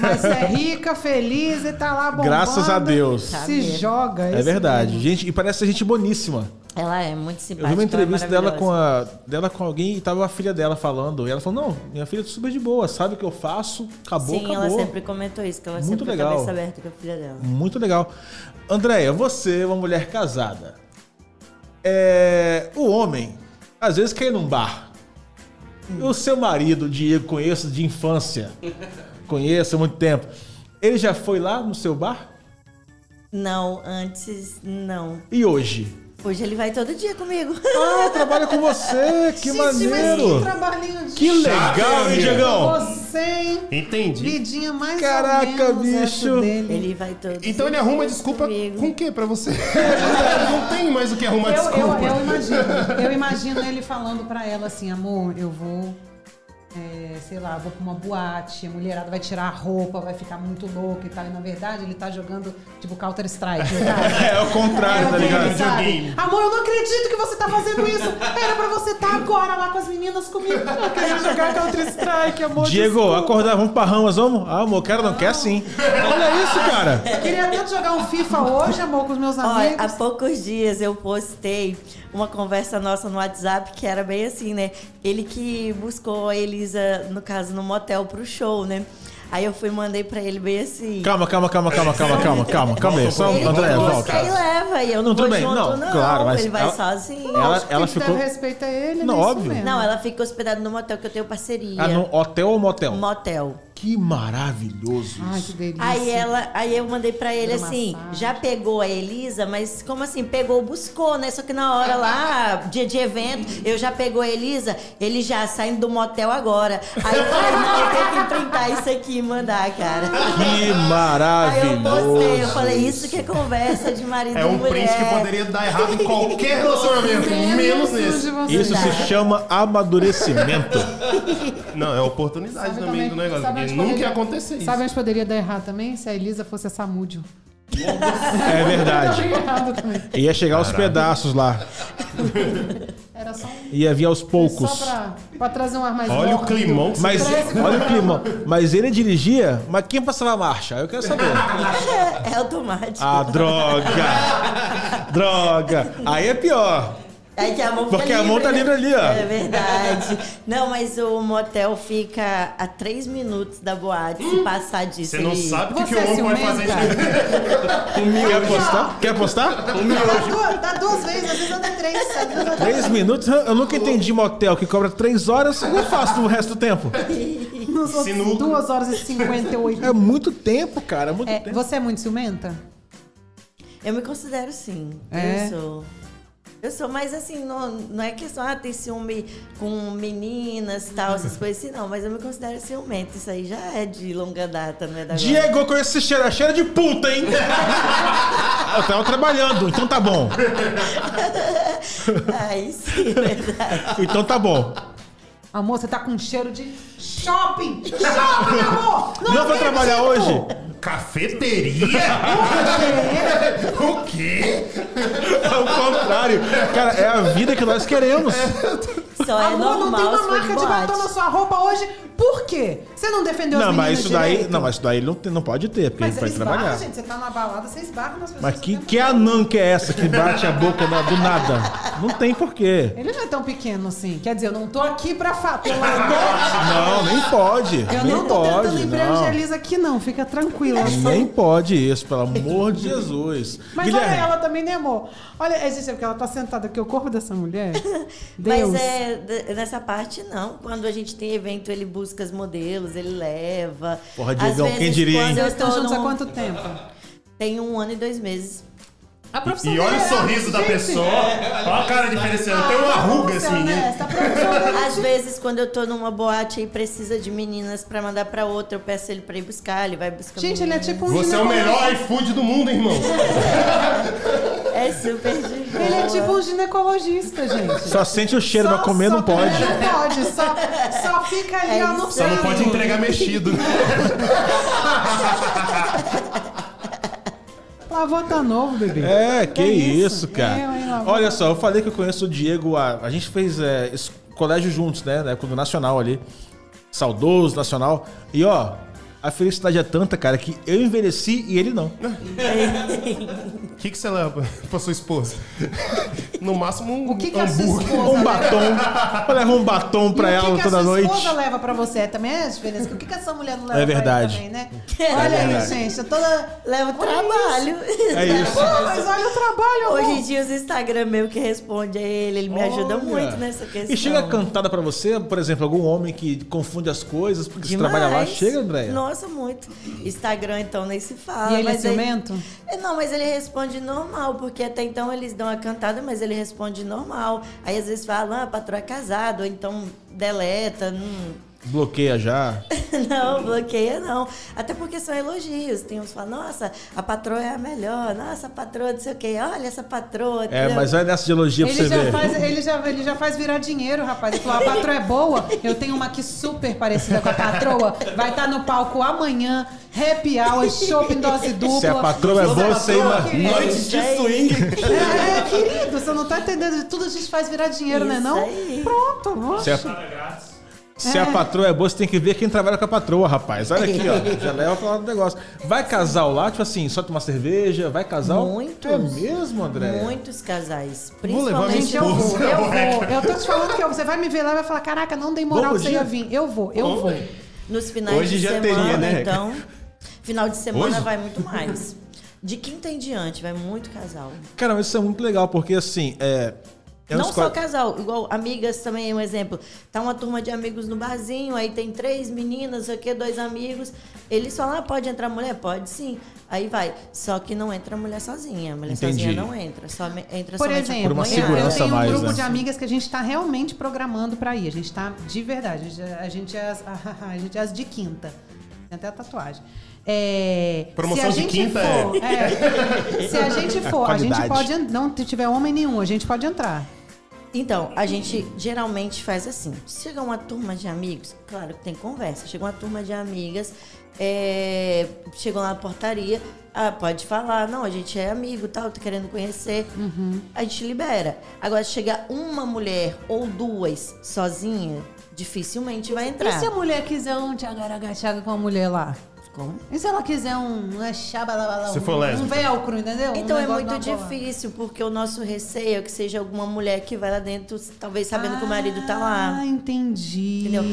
[SPEAKER 4] Mas é rica, feliz e tá lá bombando.
[SPEAKER 2] Graças a Deus.
[SPEAKER 5] Tá
[SPEAKER 4] Se
[SPEAKER 5] mesmo.
[SPEAKER 4] joga.
[SPEAKER 2] É
[SPEAKER 4] isso
[SPEAKER 2] verdade.
[SPEAKER 4] mesmo.
[SPEAKER 2] Gente, e parece ser gente boníssima.
[SPEAKER 5] Ela é muito
[SPEAKER 2] Eu
[SPEAKER 5] simpática.
[SPEAKER 2] vi uma entrevista
[SPEAKER 5] ela é
[SPEAKER 2] dela com, a, dela com alguém e tava a filha dela falando. E ela falou: Não, minha filha é super de boa, sabe o que eu faço, acabou,
[SPEAKER 5] Sim, ela
[SPEAKER 2] acabou.
[SPEAKER 5] sempre comentou isso, que ela
[SPEAKER 2] Muito
[SPEAKER 5] sempre
[SPEAKER 2] legal.
[SPEAKER 5] legal. cabeça aberta com a filha dela.
[SPEAKER 2] Muito legal. Andréia, você é uma mulher casada. É, o homem, às vezes, quer ir num bar. E O seu marido, Diego, conheço de infância. conheço há muito tempo. Ele já foi lá no seu bar?
[SPEAKER 5] Não, antes não.
[SPEAKER 2] E hoje?
[SPEAKER 5] Hoje ele vai todo dia comigo.
[SPEAKER 2] Ah, trabalha com você! Que
[SPEAKER 4] Gente, mas que
[SPEAKER 2] maneiro!
[SPEAKER 4] trabalhinho de
[SPEAKER 2] Que legal, hein,
[SPEAKER 3] amigo.
[SPEAKER 2] Diegão?
[SPEAKER 4] Você, hein?
[SPEAKER 3] Entendi.
[SPEAKER 4] Vidinha mais
[SPEAKER 2] Caraca,
[SPEAKER 4] ou menos essa
[SPEAKER 2] bicho.
[SPEAKER 4] dele.
[SPEAKER 5] Ele vai todo
[SPEAKER 3] Então ele arruma desculpa
[SPEAKER 5] comigo.
[SPEAKER 3] com o quê pra você? Não tem mais o que arrumar
[SPEAKER 4] Eu, eu-
[SPEAKER 3] desculpa.
[SPEAKER 4] eu imagino, eu imagino ele falando pra ela assim, amor, eu vou, é, sei lá, vou pra uma boate, a mulherada vai tirar a roupa, vai ficar muito louca e tal. E na verdade ele tá jogando tipo Counter Strike.
[SPEAKER 2] É o contrário, tá ligado?
[SPEAKER 3] Videogame.
[SPEAKER 4] Amor, eu não acredito que você tá fazendo isso. Era pra você estar agora lá com as meninas comigo. Eu quero jogar Counter Strike, amor.
[SPEAKER 2] Diego,
[SPEAKER 4] desculpa.
[SPEAKER 2] acordar, vamos pra Ramas, vamos? Ah, amor, quero não, quer sim. Olha isso, cara.
[SPEAKER 4] Queria tanto jogar um FIFA hoje, amor, com os meus
[SPEAKER 5] Olha,
[SPEAKER 4] amigos.
[SPEAKER 5] há poucos dias eu postei uma conversa nossa no WhatsApp que era bem assim, né? Ele que buscou a Elisa, no caso, no motel pro show, né? Aí eu fui e mandei pra ele bem assim.
[SPEAKER 2] Calma, calma, calma, calma, calma, calma, calma, calma aí. Só,
[SPEAKER 5] Ele
[SPEAKER 2] André,
[SPEAKER 5] busca
[SPEAKER 2] volta.
[SPEAKER 5] e leva, e eu não,
[SPEAKER 2] Não, tudo
[SPEAKER 5] vou
[SPEAKER 2] bem,
[SPEAKER 5] junto,
[SPEAKER 2] não,
[SPEAKER 5] não,
[SPEAKER 2] claro, mas
[SPEAKER 5] ele vai
[SPEAKER 2] ela-
[SPEAKER 5] sozinho.
[SPEAKER 2] Ela,
[SPEAKER 4] Acho que
[SPEAKER 2] ela
[SPEAKER 4] tem que
[SPEAKER 2] ficou.
[SPEAKER 4] dar respeito a ele,
[SPEAKER 2] Não,
[SPEAKER 4] né? Isso
[SPEAKER 2] óbvio.
[SPEAKER 4] mesmo.
[SPEAKER 5] Não, ela fica hospedada no motel que eu tenho parceria.
[SPEAKER 2] Ah, no hotel ou motel?
[SPEAKER 5] Motel.
[SPEAKER 2] Que maravilhoso
[SPEAKER 4] Ai, que
[SPEAKER 2] isso.
[SPEAKER 4] delícia.
[SPEAKER 5] Aí é ela, aí eu mandei pra ele
[SPEAKER 4] Era
[SPEAKER 5] assim,
[SPEAKER 4] massagem.
[SPEAKER 5] já pegou a Elisa, mas como assim, pegou, buscou, né? Só que na hora lá, dia de evento, eu já pegou a Elisa, ele já saindo do motel agora. Aí eu falei, não, eu tenho que imprintar isso aqui e mandar, cara.
[SPEAKER 2] Que
[SPEAKER 5] Aí eu
[SPEAKER 2] maravilhoso.
[SPEAKER 5] postei, eu falei, isso que é conversa de marido
[SPEAKER 3] É
[SPEAKER 5] e
[SPEAKER 3] um
[SPEAKER 5] mulher.
[SPEAKER 3] print que poderia dar errado em qualquer relacionamento,
[SPEAKER 4] é
[SPEAKER 3] menos nesse.
[SPEAKER 5] é
[SPEAKER 2] Isso se chama amadurecimento.
[SPEAKER 3] Não, é oportunidade
[SPEAKER 4] Sabe
[SPEAKER 3] também, do negócio,
[SPEAKER 4] sabe
[SPEAKER 3] porque
[SPEAKER 4] onde
[SPEAKER 3] nunca
[SPEAKER 4] poderia-
[SPEAKER 3] ia acontecer isso.
[SPEAKER 4] Sabe onde poderia dar errado também? Se a Elisa fosse essa Múdio.
[SPEAKER 2] É verdade.
[SPEAKER 4] Daria errado também.
[SPEAKER 2] Ia chegar aos pedaços lá.
[SPEAKER 4] Era só um...
[SPEAKER 2] Ia vir aos poucos.
[SPEAKER 4] Só pra, pra trazer um ar mais
[SPEAKER 3] Olha o
[SPEAKER 4] mórbido.
[SPEAKER 3] climão que
[SPEAKER 2] Mas
[SPEAKER 4] Parece-
[SPEAKER 2] olha o clima. Mas ele dirigia, mas quem passava a marcha? Eu quero saber.
[SPEAKER 5] É automático.
[SPEAKER 2] Ah, droga! droga! Aí é pior.
[SPEAKER 5] É que a mão fica
[SPEAKER 2] Porque a mão tá
[SPEAKER 5] né?
[SPEAKER 2] livre ali, ó.
[SPEAKER 5] É verdade. Não, mas o motel fica a três minutos da boate, se passar disso.
[SPEAKER 3] Você não
[SPEAKER 5] ele-
[SPEAKER 3] sabe o que,
[SPEAKER 4] Você
[SPEAKER 3] que
[SPEAKER 4] é
[SPEAKER 3] o homem pode fazer.
[SPEAKER 4] ciumenta?
[SPEAKER 2] Quer apostar? Quer apostar?
[SPEAKER 8] Dá, dá duas vezes, às vezes até três. Às vezes até
[SPEAKER 2] Três minutos? Eu nunca entendi motel que cobra três horas. Eu não faço no resto do tempo.
[SPEAKER 4] Nos outros
[SPEAKER 3] Sinuca.
[SPEAKER 4] 2 horas e 58.
[SPEAKER 2] É muito tempo, cara. É muito
[SPEAKER 4] É,
[SPEAKER 2] tempo.
[SPEAKER 4] você é muito ciumenta?
[SPEAKER 5] Eu me considero sim.
[SPEAKER 4] É?
[SPEAKER 5] Eu sou. Eu sou, mas assim, não, não é questão, ah, tem ciúme com meninas tal, essas coisas assim, não. Mas eu me considero ciumenta. Isso aí já é de longa data, não é da agora.
[SPEAKER 2] Diego, eu conheço esse cheiro. É cheiro de puta, hein? Eu tava trabalhando, então tá bom.
[SPEAKER 5] Aí sim, é verdade.
[SPEAKER 2] Então tá bom.
[SPEAKER 4] Amor, você tá com cheiro de.
[SPEAKER 8] shopping! Shopping, amor!
[SPEAKER 2] Não vou trabalhar hoje?
[SPEAKER 3] Cafeteria? o quê?
[SPEAKER 2] É o contrário. Cara, é a vida que nós queremos.
[SPEAKER 5] Só é
[SPEAKER 8] Amor, não
[SPEAKER 5] normal.
[SPEAKER 8] tem
[SPEAKER 5] se
[SPEAKER 8] uma
[SPEAKER 5] for
[SPEAKER 8] marca de
[SPEAKER 5] boate.
[SPEAKER 8] batom na sua roupa hoje. Por quê? Você não defendeu
[SPEAKER 2] Não,
[SPEAKER 8] as
[SPEAKER 2] mas
[SPEAKER 8] meninas
[SPEAKER 2] isso daí.
[SPEAKER 8] direito?
[SPEAKER 2] Não, mas isso daí ele não, tem- não pode ter, porque
[SPEAKER 8] Mas
[SPEAKER 2] ele vai
[SPEAKER 8] esbarra,
[SPEAKER 2] trabalhar.
[SPEAKER 8] gente. Você tá numa balada, você esbarra nas pessoas.
[SPEAKER 2] Mas que,
[SPEAKER 8] o tempo
[SPEAKER 2] que
[SPEAKER 8] todo.
[SPEAKER 2] anã que é essa que bate a boca na- do nada? Não tem porquê.
[SPEAKER 4] Ele não é tão pequeno assim. Quer dizer, eu não tô aqui pra falar. Pelo amor
[SPEAKER 2] Não, nem pode.
[SPEAKER 4] Eu
[SPEAKER 2] nem
[SPEAKER 4] não tô
[SPEAKER 2] pode,
[SPEAKER 4] tentando
[SPEAKER 2] não.
[SPEAKER 4] evangelizar aqui, não. Fica tranquila.
[SPEAKER 2] Nem pode isso, pelo amor de Jesus.
[SPEAKER 4] Mas olha ela também, né, amor? Olha, é, gente, é porque ela tá sentada aqui, o corpo dessa mulher. Deus.
[SPEAKER 5] Mas é, d- nessa parte não. Quando a gente tem evento, ele busca os modelos, ele leva.
[SPEAKER 2] Porra,
[SPEAKER 5] Às
[SPEAKER 2] Diegão,
[SPEAKER 5] vezes,
[SPEAKER 2] quem diria, hein?
[SPEAKER 5] quando
[SPEAKER 4] Vocês
[SPEAKER 5] eu
[SPEAKER 4] estão
[SPEAKER 5] tô
[SPEAKER 4] juntos há
[SPEAKER 5] num-
[SPEAKER 4] quanto tempo?
[SPEAKER 5] Tem um ano e dois meses.
[SPEAKER 4] A profissão
[SPEAKER 3] E olha o
[SPEAKER 4] dela é-
[SPEAKER 3] sorriso da
[SPEAKER 4] gente, é, ah,
[SPEAKER 3] pessoa. É, Olha a cara diferenciando. Tem uma ruga assim, né? esse menino.
[SPEAKER 4] tá
[SPEAKER 8] Essa profissão dela-
[SPEAKER 5] Às vezes, quando eu tô numa boate e precisa de meninas pra mandar pra outra, eu peço ele pra ir buscar, ele vai buscar.
[SPEAKER 4] Gente, ele é
[SPEAKER 5] meninas.
[SPEAKER 4] tipo um
[SPEAKER 3] Você é o
[SPEAKER 4] ginecologista.
[SPEAKER 3] melhor iFood do mundo, irmão.
[SPEAKER 5] É super de boa.
[SPEAKER 4] tipo- Ele é tipo um ginecologista, gente.
[SPEAKER 2] Só sente o cheiro, mas comer não
[SPEAKER 4] só comer
[SPEAKER 2] pode.
[SPEAKER 4] Não pode, só, só fica ali,
[SPEAKER 5] É
[SPEAKER 4] ó, no
[SPEAKER 5] isso
[SPEAKER 3] Só não
[SPEAKER 4] canto.
[SPEAKER 3] pode entregar mexido.
[SPEAKER 4] Lavou tá novo, bebê.
[SPEAKER 2] É, que
[SPEAKER 4] É
[SPEAKER 2] isso,
[SPEAKER 4] isso.
[SPEAKER 2] cara.
[SPEAKER 4] Eu, hein, Lavô?
[SPEAKER 2] Olha só, eu falei que eu conheço o Diego. A, a gente fez é, es- colégio juntos, né? Na época do Nacional ali. Saudoso, Nacional. E ó, a felicidade é tanta, cara, que eu envelheci e ele não.
[SPEAKER 3] O que, que você leva pra sua esposa? No máximo um
[SPEAKER 4] O que, que a sua
[SPEAKER 3] hambúrguer.
[SPEAKER 4] esposa
[SPEAKER 2] Um
[SPEAKER 4] leva?
[SPEAKER 2] batom. Eu levo um batom pra
[SPEAKER 4] E o que
[SPEAKER 2] ela
[SPEAKER 4] que
[SPEAKER 2] toda
[SPEAKER 4] a sua
[SPEAKER 2] noite.
[SPEAKER 4] esposa leva pra você? Também é diferença. O que, que essa mulher não leva
[SPEAKER 2] É verdade.
[SPEAKER 4] pra ele também, né?
[SPEAKER 5] É
[SPEAKER 4] Olha aí,
[SPEAKER 2] verdade.
[SPEAKER 4] gente. eu Toda...
[SPEAKER 5] Leva o
[SPEAKER 4] Olha
[SPEAKER 5] trabalho.
[SPEAKER 2] É isso.
[SPEAKER 4] Pô, mas olha o trabalho, amor.
[SPEAKER 5] Hoje em dia, os Instagram meu que responde a ele, ele me ajuda
[SPEAKER 2] Olha.
[SPEAKER 5] muito nessa questão.
[SPEAKER 2] E chega cantada pra você, por exemplo, algum homem que confunde as coisas, porque
[SPEAKER 5] Demais.
[SPEAKER 2] você trabalha lá, chega, Andréia?
[SPEAKER 5] Nossa, muito. Instagram, então, nem se
[SPEAKER 4] E
[SPEAKER 5] fala.
[SPEAKER 4] ele é
[SPEAKER 5] mas
[SPEAKER 4] ciumento?
[SPEAKER 5] É, Não, mas ele responde normal, porque até então eles dão a cantada, mas ele responde normal. Aí às vezes fala, ah, a patroa é casada, ou então deleta, não,
[SPEAKER 2] Bloqueia já.
[SPEAKER 5] não bloqueia não. Até porque são elogios. Tem uns que falam, nossa, a patroa é a melhor, nossa, a patroa não sei o quê, olha essa patroa.
[SPEAKER 2] É,
[SPEAKER 5] entendeu?
[SPEAKER 2] mas vai nessa de elogio pra
[SPEAKER 4] Ele
[SPEAKER 2] você
[SPEAKER 4] já,
[SPEAKER 2] ver.
[SPEAKER 4] faz, ele, já, ele já faz virar dinheiro, rapaz. Ele falou, a patroa é boa, eu tenho uma aqui super parecida com a patroa. Vai estar no palco amanhã, happy hour, show em dose dupla.
[SPEAKER 2] Se a patroa é boa, você
[SPEAKER 4] patroa,
[SPEAKER 2] ima-
[SPEAKER 4] querido.
[SPEAKER 6] Noites de swing.
[SPEAKER 4] É, querido, você não tá entendendo. Tudo a gente faz virar dinheiro, né
[SPEAKER 5] Isso
[SPEAKER 4] não?
[SPEAKER 5] aí.
[SPEAKER 4] Pronto. ó.
[SPEAKER 2] Se a,
[SPEAKER 7] Nada grátis.
[SPEAKER 2] se a patroa é boa, você tem que ver quem trabalha com a patroa, rapaz. Olha aqui, ó. Já leva pra lá do negócio. Vai casal lá, tipo assim, só tomar cerveja, vai casal?
[SPEAKER 5] Muitos.
[SPEAKER 2] É mesmo, André?
[SPEAKER 5] Muitos casais,
[SPEAKER 3] Vou levar minha
[SPEAKER 5] principalmente...
[SPEAKER 4] Gente, eu vou,
[SPEAKER 3] esposa.
[SPEAKER 4] eu vou. Eu tô te falando que eu- você vai me ver lá e vai falar, caraca, não dei moral
[SPEAKER 2] Bom
[SPEAKER 4] que você ia
[SPEAKER 2] dia.
[SPEAKER 4] vir. Eu vou, eu vou.
[SPEAKER 5] Nos finais
[SPEAKER 6] Hoje
[SPEAKER 5] de
[SPEAKER 6] já
[SPEAKER 5] semana,
[SPEAKER 6] teria, né?
[SPEAKER 5] então. Final de semana
[SPEAKER 3] Hoje?
[SPEAKER 5] vai muito mais. De quinta em diante, vai muito casal.
[SPEAKER 2] Cara, mas isso é muito legal, porque assim, é,
[SPEAKER 3] É
[SPEAKER 5] não
[SPEAKER 3] os
[SPEAKER 5] só
[SPEAKER 3] quatro.
[SPEAKER 5] casal, igual amigas também é um exemplo. Tá uma turma de amigos no barzinho, aí tem três meninas, aqui dois amigos. Eles falam, ah, pode entrar mulher? Pode sim. Aí vai. Só que não entra mulher sozinha. A mulher
[SPEAKER 3] Entendi.
[SPEAKER 5] sozinha não entra. Só me- entra
[SPEAKER 4] Por
[SPEAKER 5] somente a
[SPEAKER 4] exemplo,
[SPEAKER 3] uma
[SPEAKER 4] eu- eu
[SPEAKER 3] segurança
[SPEAKER 4] tenho é um
[SPEAKER 3] mais,
[SPEAKER 4] grupo
[SPEAKER 3] né?
[SPEAKER 4] de amigas que a gente está realmente programando para ir. A gente está de verdade. A gente, é- a gente é as, a gente é as de quinta. Tem até a tatuagem. É,
[SPEAKER 3] Promoção
[SPEAKER 4] se a
[SPEAKER 3] de
[SPEAKER 4] gente
[SPEAKER 3] quinta
[SPEAKER 4] for, é, se a gente for, a gente
[SPEAKER 6] Qualidade.
[SPEAKER 4] pode en- não tiver homem nenhum, a gente pode entrar.
[SPEAKER 5] Então, a gente geralmente faz assim. Chega uma turma de amigos, claro que tem conversa. Chega uma turma de amigas, é, chegam lá na portaria, ah, pode falar, não, a gente é amigo, tal, tô querendo conhecer.
[SPEAKER 4] Uhum.
[SPEAKER 5] A gente libera. Agora, chegar uma mulher ou duas sozinha, dificilmente vai entrar.
[SPEAKER 4] E se a mulher quiser um tchagaraga com a mulher lá?
[SPEAKER 5] Como?
[SPEAKER 4] E se ela quiser um é, xabalabala,
[SPEAKER 3] Se for
[SPEAKER 4] um, um
[SPEAKER 3] lésbica.
[SPEAKER 4] velcro, entendeu? Um
[SPEAKER 5] Então é
[SPEAKER 4] negócio
[SPEAKER 5] muito
[SPEAKER 4] de uma bola.
[SPEAKER 5] difícil, porque o nosso receio é que seja alguma mulher que vai lá dentro, talvez sabendo que o marido tá
[SPEAKER 4] Ah,
[SPEAKER 5] lá.
[SPEAKER 4] entendi.
[SPEAKER 5] Entendeu?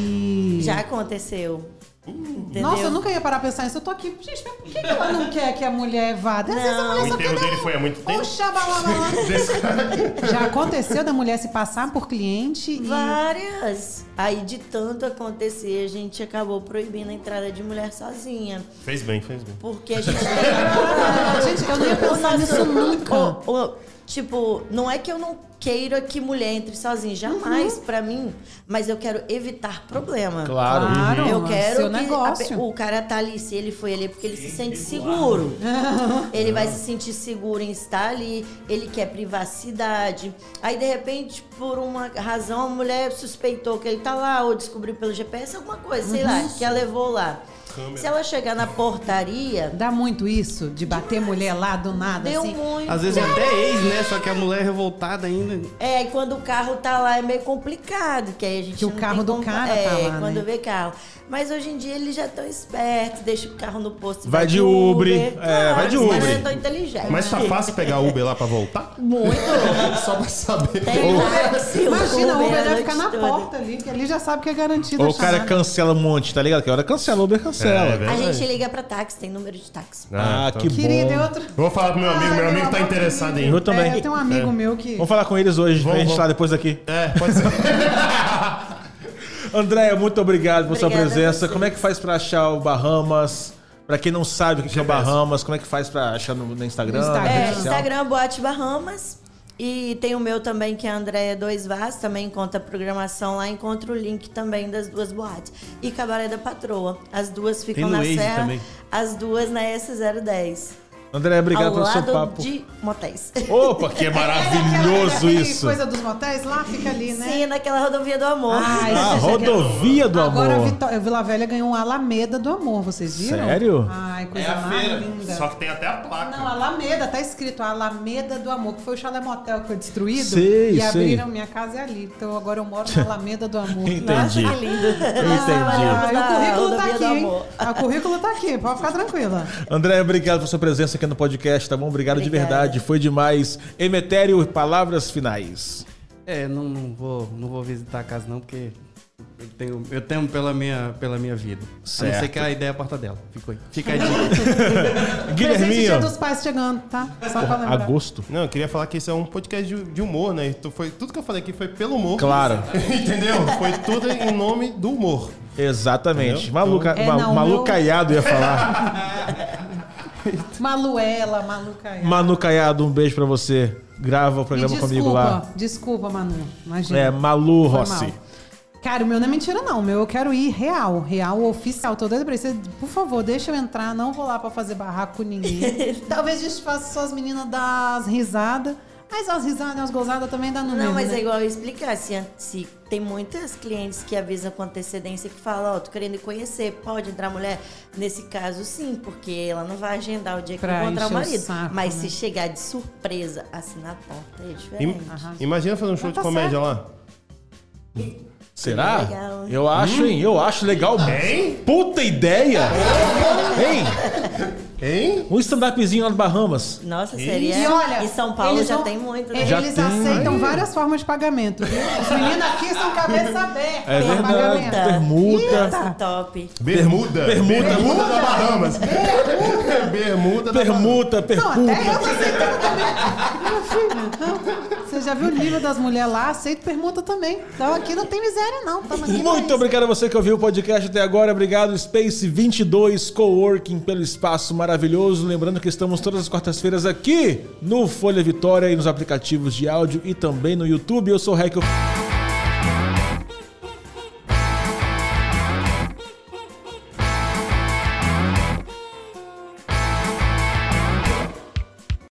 [SPEAKER 5] Já aconteceu. Entendeu?
[SPEAKER 4] Nossa, eu nunca ia parar pra pensar nisso. Eu tô aqui. Gente, mas por que, que ela não quer que a mulher vá? Às vezes a
[SPEAKER 3] O
[SPEAKER 4] mulher só quer
[SPEAKER 3] enterro
[SPEAKER 4] dar
[SPEAKER 3] dele foi há muito
[SPEAKER 4] um- um
[SPEAKER 3] tempo.
[SPEAKER 4] xabalalá.
[SPEAKER 3] Desse cara.
[SPEAKER 4] Já aconteceu da mulher se passar por cliente e.
[SPEAKER 5] Várias. Aí de tanto acontecer, a gente acabou proibindo a entrada de mulher sozinha.
[SPEAKER 3] Fez bem, fez bem.
[SPEAKER 5] Porque a gente
[SPEAKER 4] Ah, gente, eu não ia pensar nisso nunca.
[SPEAKER 5] O- o- tipo, não é que eu não queira que mulher entre sozinha, jamais
[SPEAKER 4] Uhum.
[SPEAKER 5] pra mim, mas eu quero evitar problema.
[SPEAKER 3] Claro.
[SPEAKER 4] Claro,
[SPEAKER 5] Eu
[SPEAKER 4] é
[SPEAKER 5] quero
[SPEAKER 4] seu
[SPEAKER 5] que a pe-
[SPEAKER 4] negócio.
[SPEAKER 5] o cara tá ali, se ele foi ali, é porque ele se sente seguro. ele
[SPEAKER 4] Ah.
[SPEAKER 5] vai se sentir seguro em estar ali, ele quer privacidade. Aí, de repente, por uma razão, a mulher suspeitou que ele tá lá, ou descobriu pelo GPS alguma coisa, sei lá, que a levou lá. Se ela chegar na portaria,
[SPEAKER 4] Dá muito isso de bater mulher lá do nada,
[SPEAKER 5] deu
[SPEAKER 4] assim.
[SPEAKER 5] muito.
[SPEAKER 6] Às vezes é até ex, né? Só que a mulher é revoltada ainda.
[SPEAKER 5] É, e quando o carro tá lá é meio complicado, que aí a gente
[SPEAKER 4] Que o
[SPEAKER 5] não
[SPEAKER 4] carro
[SPEAKER 5] tem
[SPEAKER 4] do
[SPEAKER 5] como-
[SPEAKER 4] cara
[SPEAKER 5] é,
[SPEAKER 4] tá lá,
[SPEAKER 5] quando
[SPEAKER 4] né?
[SPEAKER 5] vê carro. Mas hoje em dia eles já estão espertos, deixa o carro no posto. e
[SPEAKER 2] Vai de Uber, é,
[SPEAKER 5] Claro,
[SPEAKER 3] vai de
[SPEAKER 5] os caras
[SPEAKER 3] Uber.
[SPEAKER 5] já tão inteligentes.
[SPEAKER 3] Mas tá fácil pegar Uber lá pra voltar? Muito. Só pra saber.
[SPEAKER 5] Tem
[SPEAKER 3] Ou-
[SPEAKER 5] táxi,
[SPEAKER 4] Imagina, o Uber
[SPEAKER 5] a
[SPEAKER 4] vai ficar na
[SPEAKER 5] noite toda.
[SPEAKER 4] porta ali, que ali já sabe que é garantido.
[SPEAKER 2] Ou
[SPEAKER 4] a
[SPEAKER 2] o cara
[SPEAKER 4] chamada.
[SPEAKER 2] cancela um monte, tá ligado? Que hora cancela, o Uber
[SPEAKER 3] É,
[SPEAKER 2] cancela.
[SPEAKER 3] velho.
[SPEAKER 5] A gente liga pra táxi, tem número de táxi.
[SPEAKER 2] ah,
[SPEAKER 3] tá.
[SPEAKER 2] que bom.
[SPEAKER 4] Querida, é outro.
[SPEAKER 3] Vou falar pro meu amigo,
[SPEAKER 4] Ai,
[SPEAKER 3] meu amigo tá
[SPEAKER 4] amor,
[SPEAKER 3] interessado em.
[SPEAKER 2] Eu também.
[SPEAKER 4] É, eu tenho um amigo meu que.
[SPEAKER 2] Vamos falar com eles hoje, pra
[SPEAKER 3] Vamos,
[SPEAKER 2] gente
[SPEAKER 3] vamos.
[SPEAKER 2] estar depois aqui.
[SPEAKER 3] É, pode ser.
[SPEAKER 2] Andréia, muito obrigado por sua
[SPEAKER 5] Obrigada a
[SPEAKER 2] presença.
[SPEAKER 5] vocês.
[SPEAKER 2] Como é que faz pra achar o Bahamas? Pra quem não sabe o que que é o Bahamas, como é que faz pra achar no, no Instagram?
[SPEAKER 4] No
[SPEAKER 2] na Ah, rede
[SPEAKER 4] Instagram.
[SPEAKER 5] É,
[SPEAKER 4] Legal.
[SPEAKER 2] social?
[SPEAKER 5] Instagram, Boate Bahamas. E tem o meu também, que é Andréia Dois Vaz, também conta a programação lá, encontra o link também das duas boates. E Cabaré da Patroa. As duas ficam
[SPEAKER 6] no
[SPEAKER 5] na
[SPEAKER 6] Waze
[SPEAKER 5] Serra,
[SPEAKER 6] também.
[SPEAKER 5] as duas na S010.
[SPEAKER 2] Andréia, obrigado
[SPEAKER 5] ao
[SPEAKER 2] pelo seu
[SPEAKER 5] lado
[SPEAKER 2] papo.
[SPEAKER 5] de motéis.
[SPEAKER 2] Opa, que é maravilhoso
[SPEAKER 4] aquela
[SPEAKER 2] isso.
[SPEAKER 4] coisa dos motéis lá, fica ali, né? Ah,
[SPEAKER 5] Sim, Ah, naquela rodovia do amor.
[SPEAKER 4] Ai,
[SPEAKER 2] A
[SPEAKER 4] gente,
[SPEAKER 2] rodovia do
[SPEAKER 4] é Agora a
[SPEAKER 2] amor.
[SPEAKER 4] Vitó- Vila Velha ganhou um Alameda do Amor, vocês viram?
[SPEAKER 2] Sério?
[SPEAKER 4] Ai,
[SPEAKER 3] É
[SPEAKER 4] coisa
[SPEAKER 3] a
[SPEAKER 4] mais
[SPEAKER 3] feira.
[SPEAKER 4] linda.
[SPEAKER 3] Só que tem até a placa.
[SPEAKER 4] Não, Alameda, tá escrito Alameda do Amor, que foi o chalé motel que foi destruído.
[SPEAKER 2] Sei,
[SPEAKER 4] e
[SPEAKER 2] sei.
[SPEAKER 4] abriram minha casa é ali. Então agora eu moro na Alameda do Amor.
[SPEAKER 2] Entendi.
[SPEAKER 4] Ah,
[SPEAKER 5] Entendi.
[SPEAKER 4] o currículo tá
[SPEAKER 5] Rodovia
[SPEAKER 4] aqui,
[SPEAKER 5] do
[SPEAKER 4] hein?
[SPEAKER 5] Amor.
[SPEAKER 4] O currículo tá aqui, pode ficar tranquila.
[SPEAKER 2] André, obrigado pela sua presença aqui no podcast, tá bom? Obrigado de
[SPEAKER 5] Obrigada.
[SPEAKER 2] verdade, foi demais. Emetério, palavras finais.
[SPEAKER 6] É, não, não, vou, não vou visitar a casa não, porque eu tenho, eu temo pela minha, pela minha vida. A não ser
[SPEAKER 2] Certo.
[SPEAKER 6] que a ideia é a porta dela. Ficou aí. Fica a dica.
[SPEAKER 4] Presente dia
[SPEAKER 2] Guilherminho,
[SPEAKER 4] dos pais chegando, tá? Só pra lembrar.
[SPEAKER 2] agosto.
[SPEAKER 3] Não, eu queria falar que isso é um podcast de, de humor, né? Tu foi, tudo que eu falei aqui foi pelo humor.
[SPEAKER 2] Claro.
[SPEAKER 3] Entendeu? Foi tudo em nome do humor.
[SPEAKER 2] Exatamente.
[SPEAKER 3] Entendeu?
[SPEAKER 2] Maluca,
[SPEAKER 4] É,
[SPEAKER 2] ma-
[SPEAKER 4] não,
[SPEAKER 2] Malu
[SPEAKER 4] meu-
[SPEAKER 2] Caiado ia falar.
[SPEAKER 4] Maluela, é. Malucaia.
[SPEAKER 2] Manu Caiado, um beijo pra você. Grava o
[SPEAKER 4] Me
[SPEAKER 2] programa
[SPEAKER 4] desculpa,
[SPEAKER 2] comigo lá.
[SPEAKER 4] desculpa, Manu. Imagina.
[SPEAKER 2] É, Malu
[SPEAKER 4] Foi
[SPEAKER 2] Rossi.
[SPEAKER 4] mal. Cara, o meu não é mentira, não. O Meu, eu quero ir real, real, oficial. Tô doida pra isso. Por favor, deixa eu entrar. Não vou lá pra fazer barraco com ninguém. Talvez a gente faça só as meninas dar as risadas. Mas as risadas, as gozadas também dá no
[SPEAKER 5] Não,
[SPEAKER 4] mesmo,
[SPEAKER 5] mas
[SPEAKER 4] né?
[SPEAKER 5] é igual eu explicar, se, se tem muitas clientes que avisam com antecedência que falam, ó, tô querendo conhecer, pode entrar mulher? Nesse caso, sim, porque ela não vai agendar o dia que
[SPEAKER 4] Pra
[SPEAKER 5] encontrar o
[SPEAKER 4] encher o
[SPEAKER 5] marido.
[SPEAKER 4] saco,
[SPEAKER 5] mas
[SPEAKER 4] né?
[SPEAKER 5] se chegar de surpresa, assim na porta, é
[SPEAKER 3] Im-
[SPEAKER 5] diferente.
[SPEAKER 3] Imagina fazer um show
[SPEAKER 4] Mas tá
[SPEAKER 3] de comédia
[SPEAKER 4] certo.
[SPEAKER 3] lá.
[SPEAKER 2] Será?
[SPEAKER 5] Legal.
[SPEAKER 2] Eu acho, hein? Eu acho legal.
[SPEAKER 3] Hein?
[SPEAKER 2] Puta ideia! hein?
[SPEAKER 3] Hein?
[SPEAKER 2] Um stand-upzinho lá no Bahamas.
[SPEAKER 5] Nossa, seria.
[SPEAKER 4] E olha,
[SPEAKER 5] em São Paulo
[SPEAKER 4] eles
[SPEAKER 5] já
[SPEAKER 4] vão-
[SPEAKER 5] tem muito, né?
[SPEAKER 4] Eles
[SPEAKER 2] Já tem.
[SPEAKER 4] aceitam
[SPEAKER 2] Aí.
[SPEAKER 4] várias formas de pagamento. viu? Os meninos aqui são cabeça aberta.
[SPEAKER 2] É
[SPEAKER 4] pra
[SPEAKER 2] verdade.
[SPEAKER 4] pagamento.
[SPEAKER 2] Permuta.
[SPEAKER 4] tá.
[SPEAKER 5] Nossa, top.
[SPEAKER 3] Bermuda.
[SPEAKER 2] Bermuda.
[SPEAKER 3] Bermuda da Bahamas. Bermuda da Bahamas.
[SPEAKER 2] Permuta,
[SPEAKER 4] Não, até
[SPEAKER 2] percuta.
[SPEAKER 4] eu tô aceitando também. Meu filho, não. Você já viu o nível das mulheres lá? Aceito permuta também. Então aqui não tem miséria, não. Tamo aqui pra
[SPEAKER 2] Muito
[SPEAKER 4] isso.
[SPEAKER 2] obrigado a você que ouviu o podcast até agora. Obrigado, Space 22 Coworking, pelo espaço maravilhoso. Lembrando que estamos todas as quartas-feiras aqui no Folha Vitória e nos aplicativos de áudio e também no YouTube. Eu sou o Raquel.